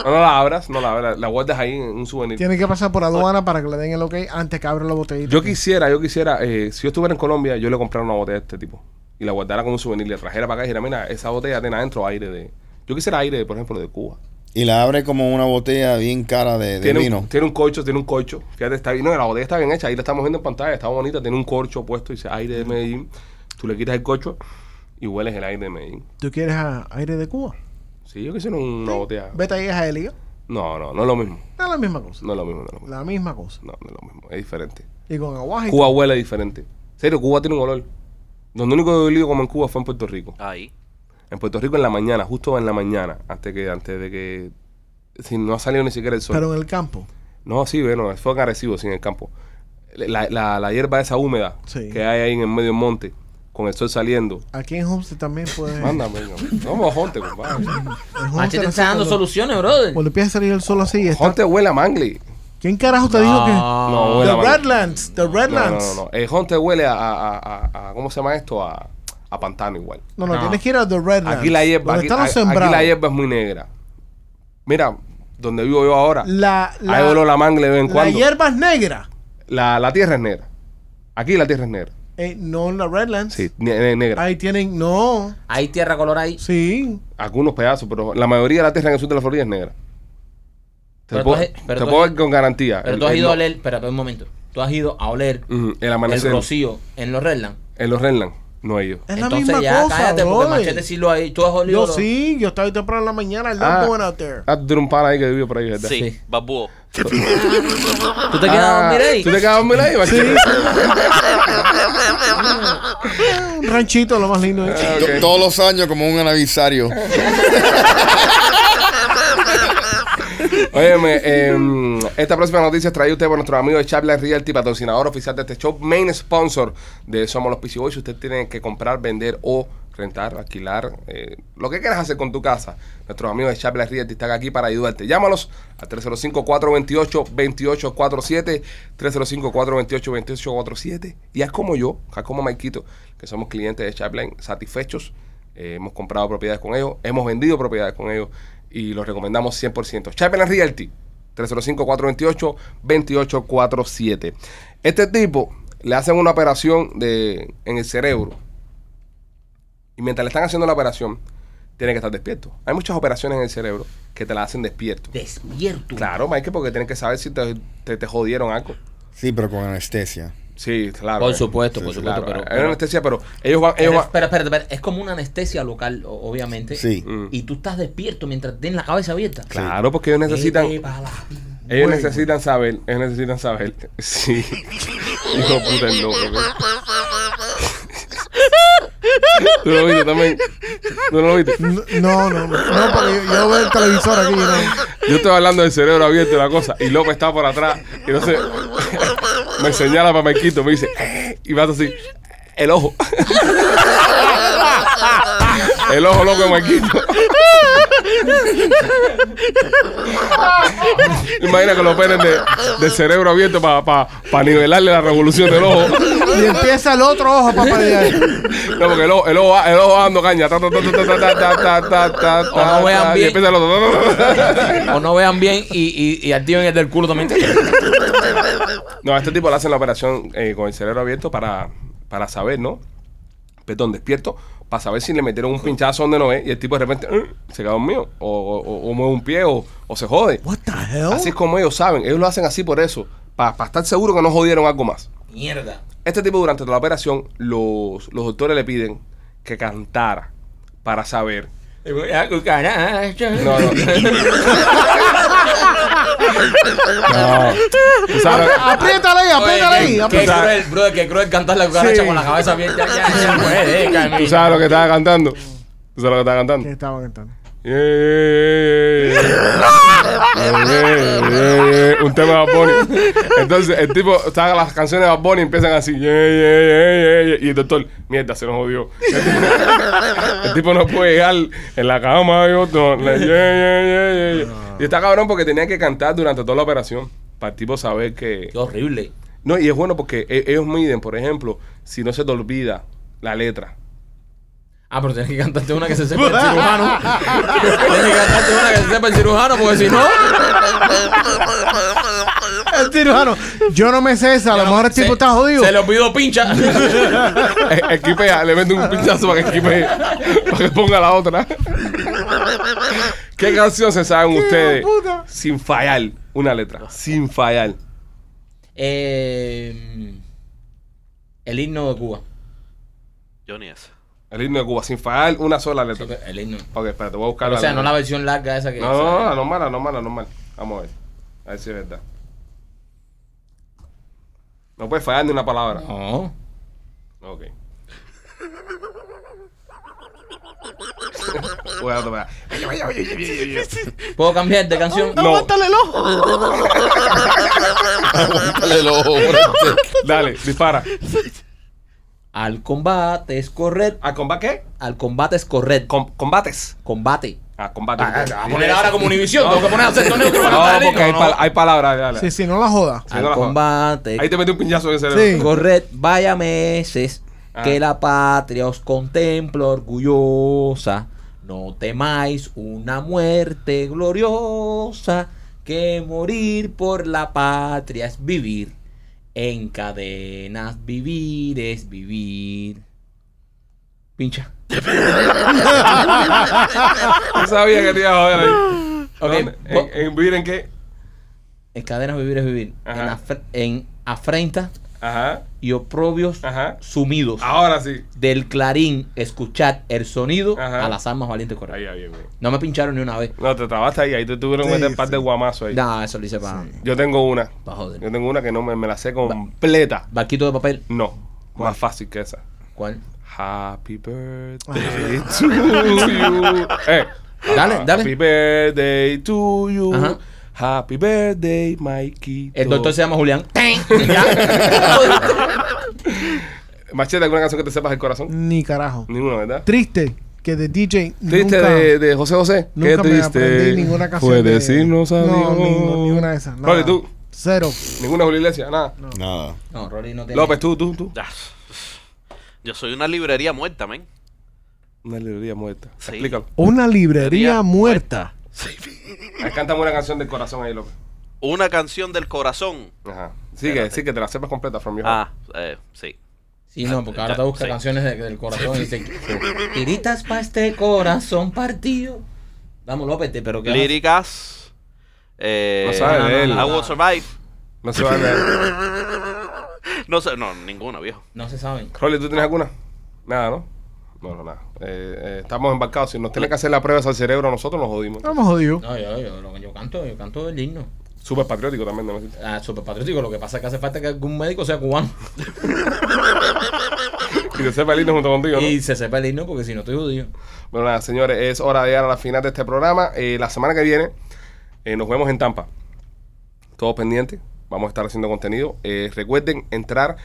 Speaker 1: No, no la abras, no la abras, la guardas ahí en un souvenir.
Speaker 4: Tiene que pasar por aduana para que le den el ok antes que abra la botellita.
Speaker 1: Yo quisiera, yo quisiera, eh, si yo estuviera en Colombia, yo le comprara una botella a este tipo y la guardara como un souvenir, le trajera para acá y dijera, mira, esa botella tiene adentro aire de... Yo quisiera aire, por ejemplo, de Cuba.
Speaker 5: Y la abre como una botella bien cara de, de
Speaker 1: Tiene
Speaker 5: vino.
Speaker 1: un, tiene un corcho, tiene un corcho. Fíjate, está bien. No, la botella está bien hecha. Ahí la estamos viendo en pantalla. Está bonita. Tiene un corcho puesto. Dice aire de Medellín. Tú le quitas el corcho y hueles el aire de Medellín.
Speaker 4: ¿Tú quieres a- aire de Cuba?
Speaker 1: Sí, yo quisiera una botella.
Speaker 4: Vete ahí a Helio.
Speaker 1: No, no, no es lo mismo.
Speaker 4: Es la misma cosa.
Speaker 1: No es lo mismo, no es lo mismo.
Speaker 4: La misma cosa.
Speaker 1: No, no es lo mismo. Es diferente.
Speaker 4: Y con aguaje. y
Speaker 1: Cuba huele diferente. En serio, Cuba tiene un olor. Donde único que he olido como en Cuba fue en Puerto Rico.
Speaker 6: Ahí.
Speaker 1: En Puerto Rico en la mañana, justo en la mañana, antes que antes de que si no ha salido ni siquiera el sol.
Speaker 4: Pero en el campo.
Speaker 1: No, sí, bueno, fue agresivo, sí, en el campo. La, la, la hierba esa húmeda
Speaker 4: Sí.
Speaker 1: que hay ahí en el medio del monte, con el sol saliendo.
Speaker 4: Aquí en Homestead también puede.
Speaker 1: Mándame, no, no, jonte, compadre.
Speaker 4: en Homestead
Speaker 3: Machete
Speaker 4: así
Speaker 3: está dando
Speaker 4: cuando-
Speaker 3: soluciones, brother.
Speaker 4: Cuando empieza a salir el sol así. Está...
Speaker 1: Jonte huele a mangli.
Speaker 4: ¿Quién carajo te dijo que.?
Speaker 1: No,
Speaker 4: The
Speaker 1: huele a mangli.
Speaker 4: Redlands. The
Speaker 1: No, no, no,
Speaker 4: Redlands.
Speaker 1: no. El jonte huele a, a, a- a- ¿cómo se llama esto? A, a pantano igual.
Speaker 4: No, no,
Speaker 3: No.
Speaker 4: tienes que ir a The Redlands.
Speaker 1: Aquí la hierba,
Speaker 4: donde
Speaker 1: aquí,
Speaker 4: están los
Speaker 1: aquí- aquí
Speaker 4: sembrados.
Speaker 1: la hierba es muy negra. Mira, donde vivo yo ahora,
Speaker 4: La, la,
Speaker 1: hay olor a mangle de vez en
Speaker 4: la
Speaker 1: cuando.
Speaker 4: hierba es negra.
Speaker 1: La, la tierra es negra. Aquí la tierra es negra.
Speaker 4: Eh, no en la Redlands.
Speaker 1: Sí, ne- ne- negra.
Speaker 4: Ahí tienen. No.
Speaker 3: Hay tierra color ahí.
Speaker 4: Sí.
Speaker 1: Algunos pedazos, pero la mayoría de la tierra en el sur de la Florida es negra. Te
Speaker 3: Pero tú
Speaker 1: puedo,
Speaker 3: has- pero
Speaker 1: te
Speaker 3: tú
Speaker 1: puedo
Speaker 3: has-
Speaker 1: decir con garantía.
Speaker 3: Pero
Speaker 1: El-
Speaker 3: tú has
Speaker 1: el
Speaker 3: ido
Speaker 1: Eh, no-
Speaker 3: a oler, espera, espera un momento. Tú has ido a oler
Speaker 1: Ujú, el
Speaker 3: el
Speaker 1: amanecer.
Speaker 3: rocío en los Redlands.
Speaker 1: En los Renland, no ellos.
Speaker 4: Es la
Speaker 3: Entonces
Speaker 4: misma
Speaker 3: ya
Speaker 4: cosa.
Speaker 3: cállate porque
Speaker 4: brother.
Speaker 3: Machete sí lo ha Tú has olido.
Speaker 4: Yo
Speaker 3: lo-
Speaker 4: sí, yo estaba ahí temprano en la mañana. I'm
Speaker 1: Ah.
Speaker 4: not going out there.
Speaker 1: Ah, tú tienes un pana ahí que vive por ahí, ¿verdad?
Speaker 6: Sí,
Speaker 3: Sí.
Speaker 6: babúo.
Speaker 3: Tú te quedas a
Speaker 1: Ah,
Speaker 3: dormir ahí.
Speaker 1: ¿Tú te quedas a dormir ahí? Machete?
Speaker 4: Un ranchito, lo más lindo. ¿eh?
Speaker 1: Ah, ok.
Speaker 5: Todos los años como un aniversario.
Speaker 1: Óyeme, em, esta próxima noticia es traída a usted por nuestros amigos de Chapla Realty, patrocinador oficial de este show, main sponsor de Somos los PC Boys. Usted tiene que comprar, vender o rentar, alquilar, eh, lo que quieras hacer con tu casa. Nuestros amigos de Chapla Realty están aquí para ayudarte. Llámalos al 305-428-2847, 305-428-2847. Y haz como yo, haz como Maikito, que somos clientes de Chaplain, satisfechos. Eh, hemos comprado propiedades con ellos, hemos vendido propiedades con ellos y los recomendamos 100%. Chapelan Realty, 305-428-2847. Este tipo le hacen una operación de, en el cerebro y mientras le están haciendo la operación, tiene que estar despierto. Hay muchas operaciones en el cerebro que te la hacen despierto.
Speaker 3: Despierto.
Speaker 1: Claro, Mike, porque tienen que saber si te, te- te jodieron algo.
Speaker 5: Sí, pero con anestesia.
Speaker 1: Sí, claro.
Speaker 3: Por
Speaker 1: eh.
Speaker 3: supuesto,
Speaker 1: Sí,
Speaker 3: por
Speaker 1: sí,
Speaker 3: supuesto,
Speaker 1: claro.
Speaker 3: pero-
Speaker 1: Hay
Speaker 3: pero-
Speaker 1: una anestesia, pero ellos van... Ellos
Speaker 3: Pero
Speaker 1: van
Speaker 3: espera, espera, espera. Es como una anestesia local, o- obviamente.
Speaker 5: Sí.
Speaker 1: Mm.
Speaker 3: Y tú estás despierto mientras tienes la cabeza abierta.
Speaker 1: claro, porque ellos necesitan...
Speaker 3: Vete pa' la-
Speaker 1: Ellos
Speaker 4: Bueno.
Speaker 1: necesitan saber, ellos necesitan saber. Sí. Hijo de puta el loco. ¿no? ¿Tú lo viste también? ¿Tú no lo viste?
Speaker 4: No, no, no, no, porque yo, yo veo el televisor aquí. ¿no?
Speaker 1: Yo estaba hablando del cerebro abierto y la cosa, y López está por atrás, y entonces me señala para Mequito, me dice, "Eh", y me hace así, el ojo. El ojo loco de Marquito. Imagina que lo operen de, de cerebro abierto para nivelarle la revolución del ojo.
Speaker 4: Y empieza el otro ojo, papá. De
Speaker 1: No, porque el ojo, el ojo, va- el ojo va dando caña. Ta, ta, ta, ta, ta, ta, ta, ta, ta, ta,
Speaker 3: O no vean
Speaker 1: ta, y
Speaker 3: bien.
Speaker 1: empieza el otro.
Speaker 3: O no vean bien y, y, y activen el del culo también.
Speaker 1: No, a este tipo le hacen la operación eh, con el cerebro abierto para, para saber, ¿no? Perdón, despierto, para saber si le metieron un pinchazo donde no es y el tipo de repente "Eh", se queda dormido o, o- o mueve un pie o, o se jode.
Speaker 4: What the hell?
Speaker 1: Así es como ellos saben, ellos lo hacen así por eso, para estar seguro que no jodieron algo más.
Speaker 3: Mierda.
Speaker 1: Este tipo durante la operación, los, los doctores le piden que cantara para saber. No, no. no. Tú sabes-
Speaker 4: Apriétale ahí, apriétale ahí.
Speaker 3: Qué, qué
Speaker 4: apriétale.
Speaker 1: sabes-
Speaker 3: cruel, brother, qué cruel cantar la cucaracha
Speaker 4: Sí.
Speaker 3: con la cabeza abierta. Ya, ya, ya, pues, eh,
Speaker 1: tú
Speaker 3: Carmen.
Speaker 1: sabes lo que estaba cantando. Tú sabes lo que estaba cantando.
Speaker 4: Que estaba cantando.
Speaker 1: Yeah, yeah, yeah, yeah. Yeah, yeah, yeah. Un tema de Bad Bunny. Entonces el tipo saca las canciones de Bad Bunny y empiezan así. yeah, yeah, yeah, yeah, yeah. Y el doctor, mierda, se nos jodió. El tipo no puede llegar en la cama y otro. la- yeah, yeah, yeah, yeah, yeah. Y está cabrón porque tenía que cantar durante toda la operación. Para el tipo saber que.
Speaker 3: Qué horrible.
Speaker 1: No, y es bueno porque e- ellos miden, por ejemplo, si no se te olvida la letra.
Speaker 3: Ah, pero tienes que cantarte una que se sepa el cirujano. tienes que cantarte una que se sepa el cirujano, porque si no.
Speaker 4: El cirujano. Yo no me sé esa, a lo mejor el
Speaker 3: se-
Speaker 4: tipo está jodido.
Speaker 3: Se le olvidó pincha.
Speaker 1: E- Esquipea, le vende un pinchazo para que esquipee. Para que ponga la otra. ¿Qué canción se saben ustedes?
Speaker 4: puta.
Speaker 1: Sin fallar. Una letra. Sin fallar.
Speaker 3: eh, el himno de Cuba.
Speaker 6: Yo ni eso.
Speaker 1: El himno de Cuba. Sin fallar, una sola letra.
Speaker 3: El himno.
Speaker 1: Ok, espérate, voy a buscar
Speaker 3: Pero, o sea, no
Speaker 1: letra.
Speaker 3: la versión larga esa que.
Speaker 1: No, no, no, la normal, la normal, la normal. Vamos a ver. A ver si es verdad. No puedes fallar ni una palabra.
Speaker 3: No.
Speaker 1: Ok. Voy a tomar.
Speaker 3: ¿Puedo cambiar de canción?
Speaker 1: No.
Speaker 4: Aguántale el ojo.
Speaker 5: Dale, lo-
Speaker 1: Dale, dispara.
Speaker 3: Al combate es correcto.
Speaker 1: ¿A combate qué?
Speaker 3: Al combate es correcto.
Speaker 1: Com- combates.
Speaker 3: combate.
Speaker 1: A combate.
Speaker 2: Ah, te vas a poner ahora como Univisión, tengo que poner acento neutro para cantar
Speaker 1: no,
Speaker 2: el
Speaker 1: porque
Speaker 2: himno, ¿no?
Speaker 1: hay, pal- hay palabras. Dale.
Speaker 4: ah. Sí, sí, no la joda.
Speaker 1: Sí, no
Speaker 3: Al
Speaker 1: la jodas.
Speaker 3: combate.
Speaker 1: Ahí te metí un piñazo en ese
Speaker 4: Sí.
Speaker 3: Correcto, vaya meses
Speaker 1: Ah.
Speaker 3: que la patria os contempla orgullosa. No temáis una muerte gloriosa, que morir por la patria es vivir. En cadenas vivir es vivir. Pincha.
Speaker 1: Yo sabía que te iba a joder ahí.
Speaker 3: Ok,
Speaker 1: ¿Dónde?
Speaker 3: bo-
Speaker 1: ¿En, en vivir en qué?
Speaker 3: En cadenas vivir es vivir. En,
Speaker 1: Ajá.
Speaker 3: afre- en afrenta
Speaker 1: Ajá,
Speaker 3: y oprobios
Speaker 1: ajá. Ah.
Speaker 3: sumidos.
Speaker 1: Ahora sí.
Speaker 3: Del clarín, escuchad el sonido
Speaker 1: Ajá.
Speaker 3: a las armas valientes correr.
Speaker 1: Ahí, ahí, bien, bien.
Speaker 3: No me pincharon ni una vez.
Speaker 1: No, te trabaste ahí. Ahí te tuvieron que
Speaker 4: Sí,
Speaker 1: meter un par de
Speaker 4: sí.
Speaker 1: guamazos ahí.
Speaker 3: No, eso lo hice para
Speaker 1: Yo tengo una.
Speaker 3: joder.
Speaker 1: Yo tengo una que no me, me la sé completa.
Speaker 3: Barquito de papel.
Speaker 1: No, más fácil que esa.
Speaker 3: ¿Cuál?
Speaker 1: Happy birthday
Speaker 4: Ah.
Speaker 1: to you. Eh.
Speaker 3: Dale,
Speaker 1: Happy
Speaker 3: dale.
Speaker 1: birthday to you.
Speaker 3: Ajá.
Speaker 1: Happy birthday, Mikey.
Speaker 3: El doctor se llama Julián.
Speaker 1: Machete, ¿alguna canción que te sepas del corazón?
Speaker 4: Ni carajo.
Speaker 1: Ninguna, ¿verdad?
Speaker 4: Triste que de DJ
Speaker 1: Triste
Speaker 4: nunca,
Speaker 1: de, de José José.
Speaker 4: nunca
Speaker 1: Qué
Speaker 4: me
Speaker 1: triste.
Speaker 4: aprendí ninguna canción.
Speaker 1: Fue
Speaker 4: de-
Speaker 1: decirnos adiós.
Speaker 4: No, ni, ni una de esas.
Speaker 1: Rolly,
Speaker 4: Nada.
Speaker 1: tú.
Speaker 4: Cero.
Speaker 1: Ninguna Julio Iglesias, nada.
Speaker 5: Nada.
Speaker 3: No, Rolly no tiene.
Speaker 1: López, tú, tú, tú.
Speaker 6: Ya. Yo soy una librería muerta, men.
Speaker 1: Una librería muerta.
Speaker 6: Sí.
Speaker 1: Explícalo.
Speaker 4: Una librería
Speaker 6: Librería
Speaker 4: muerta.
Speaker 1: Ahí, Cántame una canción del corazón ahí, López.
Speaker 6: Una canción del corazón.
Speaker 1: Ajá. Sí que, sí, que te la sepas completa, From Your Heart.
Speaker 6: Ah, eh, sí.
Speaker 3: Sí, no, porque ahora te busca
Speaker 6: Sí.
Speaker 3: canciones de- del corazón y dice: Tiritas pa' este corazón partido. Vamos, López, te- pero que.
Speaker 6: Líricas. Eh,
Speaker 1: No sabe de él.
Speaker 6: I Will Survive.
Speaker 1: No se va a leer.
Speaker 6: No sé, no, ninguna, viejo.
Speaker 3: No se saben.
Speaker 1: Rolly, ¿tú tienes alguna? Nada, ¿no? No, no, nada. Eh, eh, estamos embarcados. Si nos tiene que hacer la prueba al cerebro, nosotros nos jodimos.
Speaker 4: Vamos jodido.
Speaker 3: No, yo, yo, lo que yo canto, yo canto el himno.
Speaker 1: Súper patriótico también. ¿no?
Speaker 3: Ah, super patriótico. Lo que pasa es que hace falta que algún médico sea cubano
Speaker 1: Y te sepa el himno junto contigo, ¿no?
Speaker 3: y se sepa el himno, porque si no estoy judío.
Speaker 1: Bueno, nada, señores, es hora de llegar a la final de este programa. Eh, la semana que viene eh, nos vemos en Tampa. Todos pendientes. Vamos a estar haciendo contenido. Eh, recuerden entrar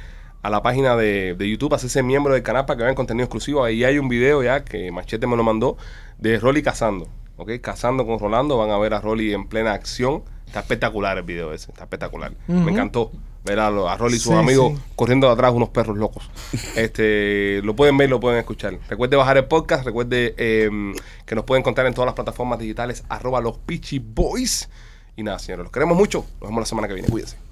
Speaker 1: a la página de, de YouTube, hacerse miembro del canal para que vean contenido exclusivo. Ahí hay un video ya que Machete me lo mandó de Rolly cazando. ¿Ok? Cazando con Rolando. Van a ver a Rolly en plena acción. Está espectacular el video ese. Está espectacular.
Speaker 4: Ujú.
Speaker 1: Me encantó ver a, lo- a Rolly y sus
Speaker 4: Sí,
Speaker 1: amigos
Speaker 4: sí.
Speaker 1: corriendo atrás unos perros locos. Este, lo pueden ver, lo pueden escuchar. Recuerde bajar el podcast, recuerde eh, que nos pueden encontrar en todas las plataformas digitales, arroba los Peachy Boys. Y nada, señores, los queremos mucho. Nos vemos la semana que viene. Cuídense.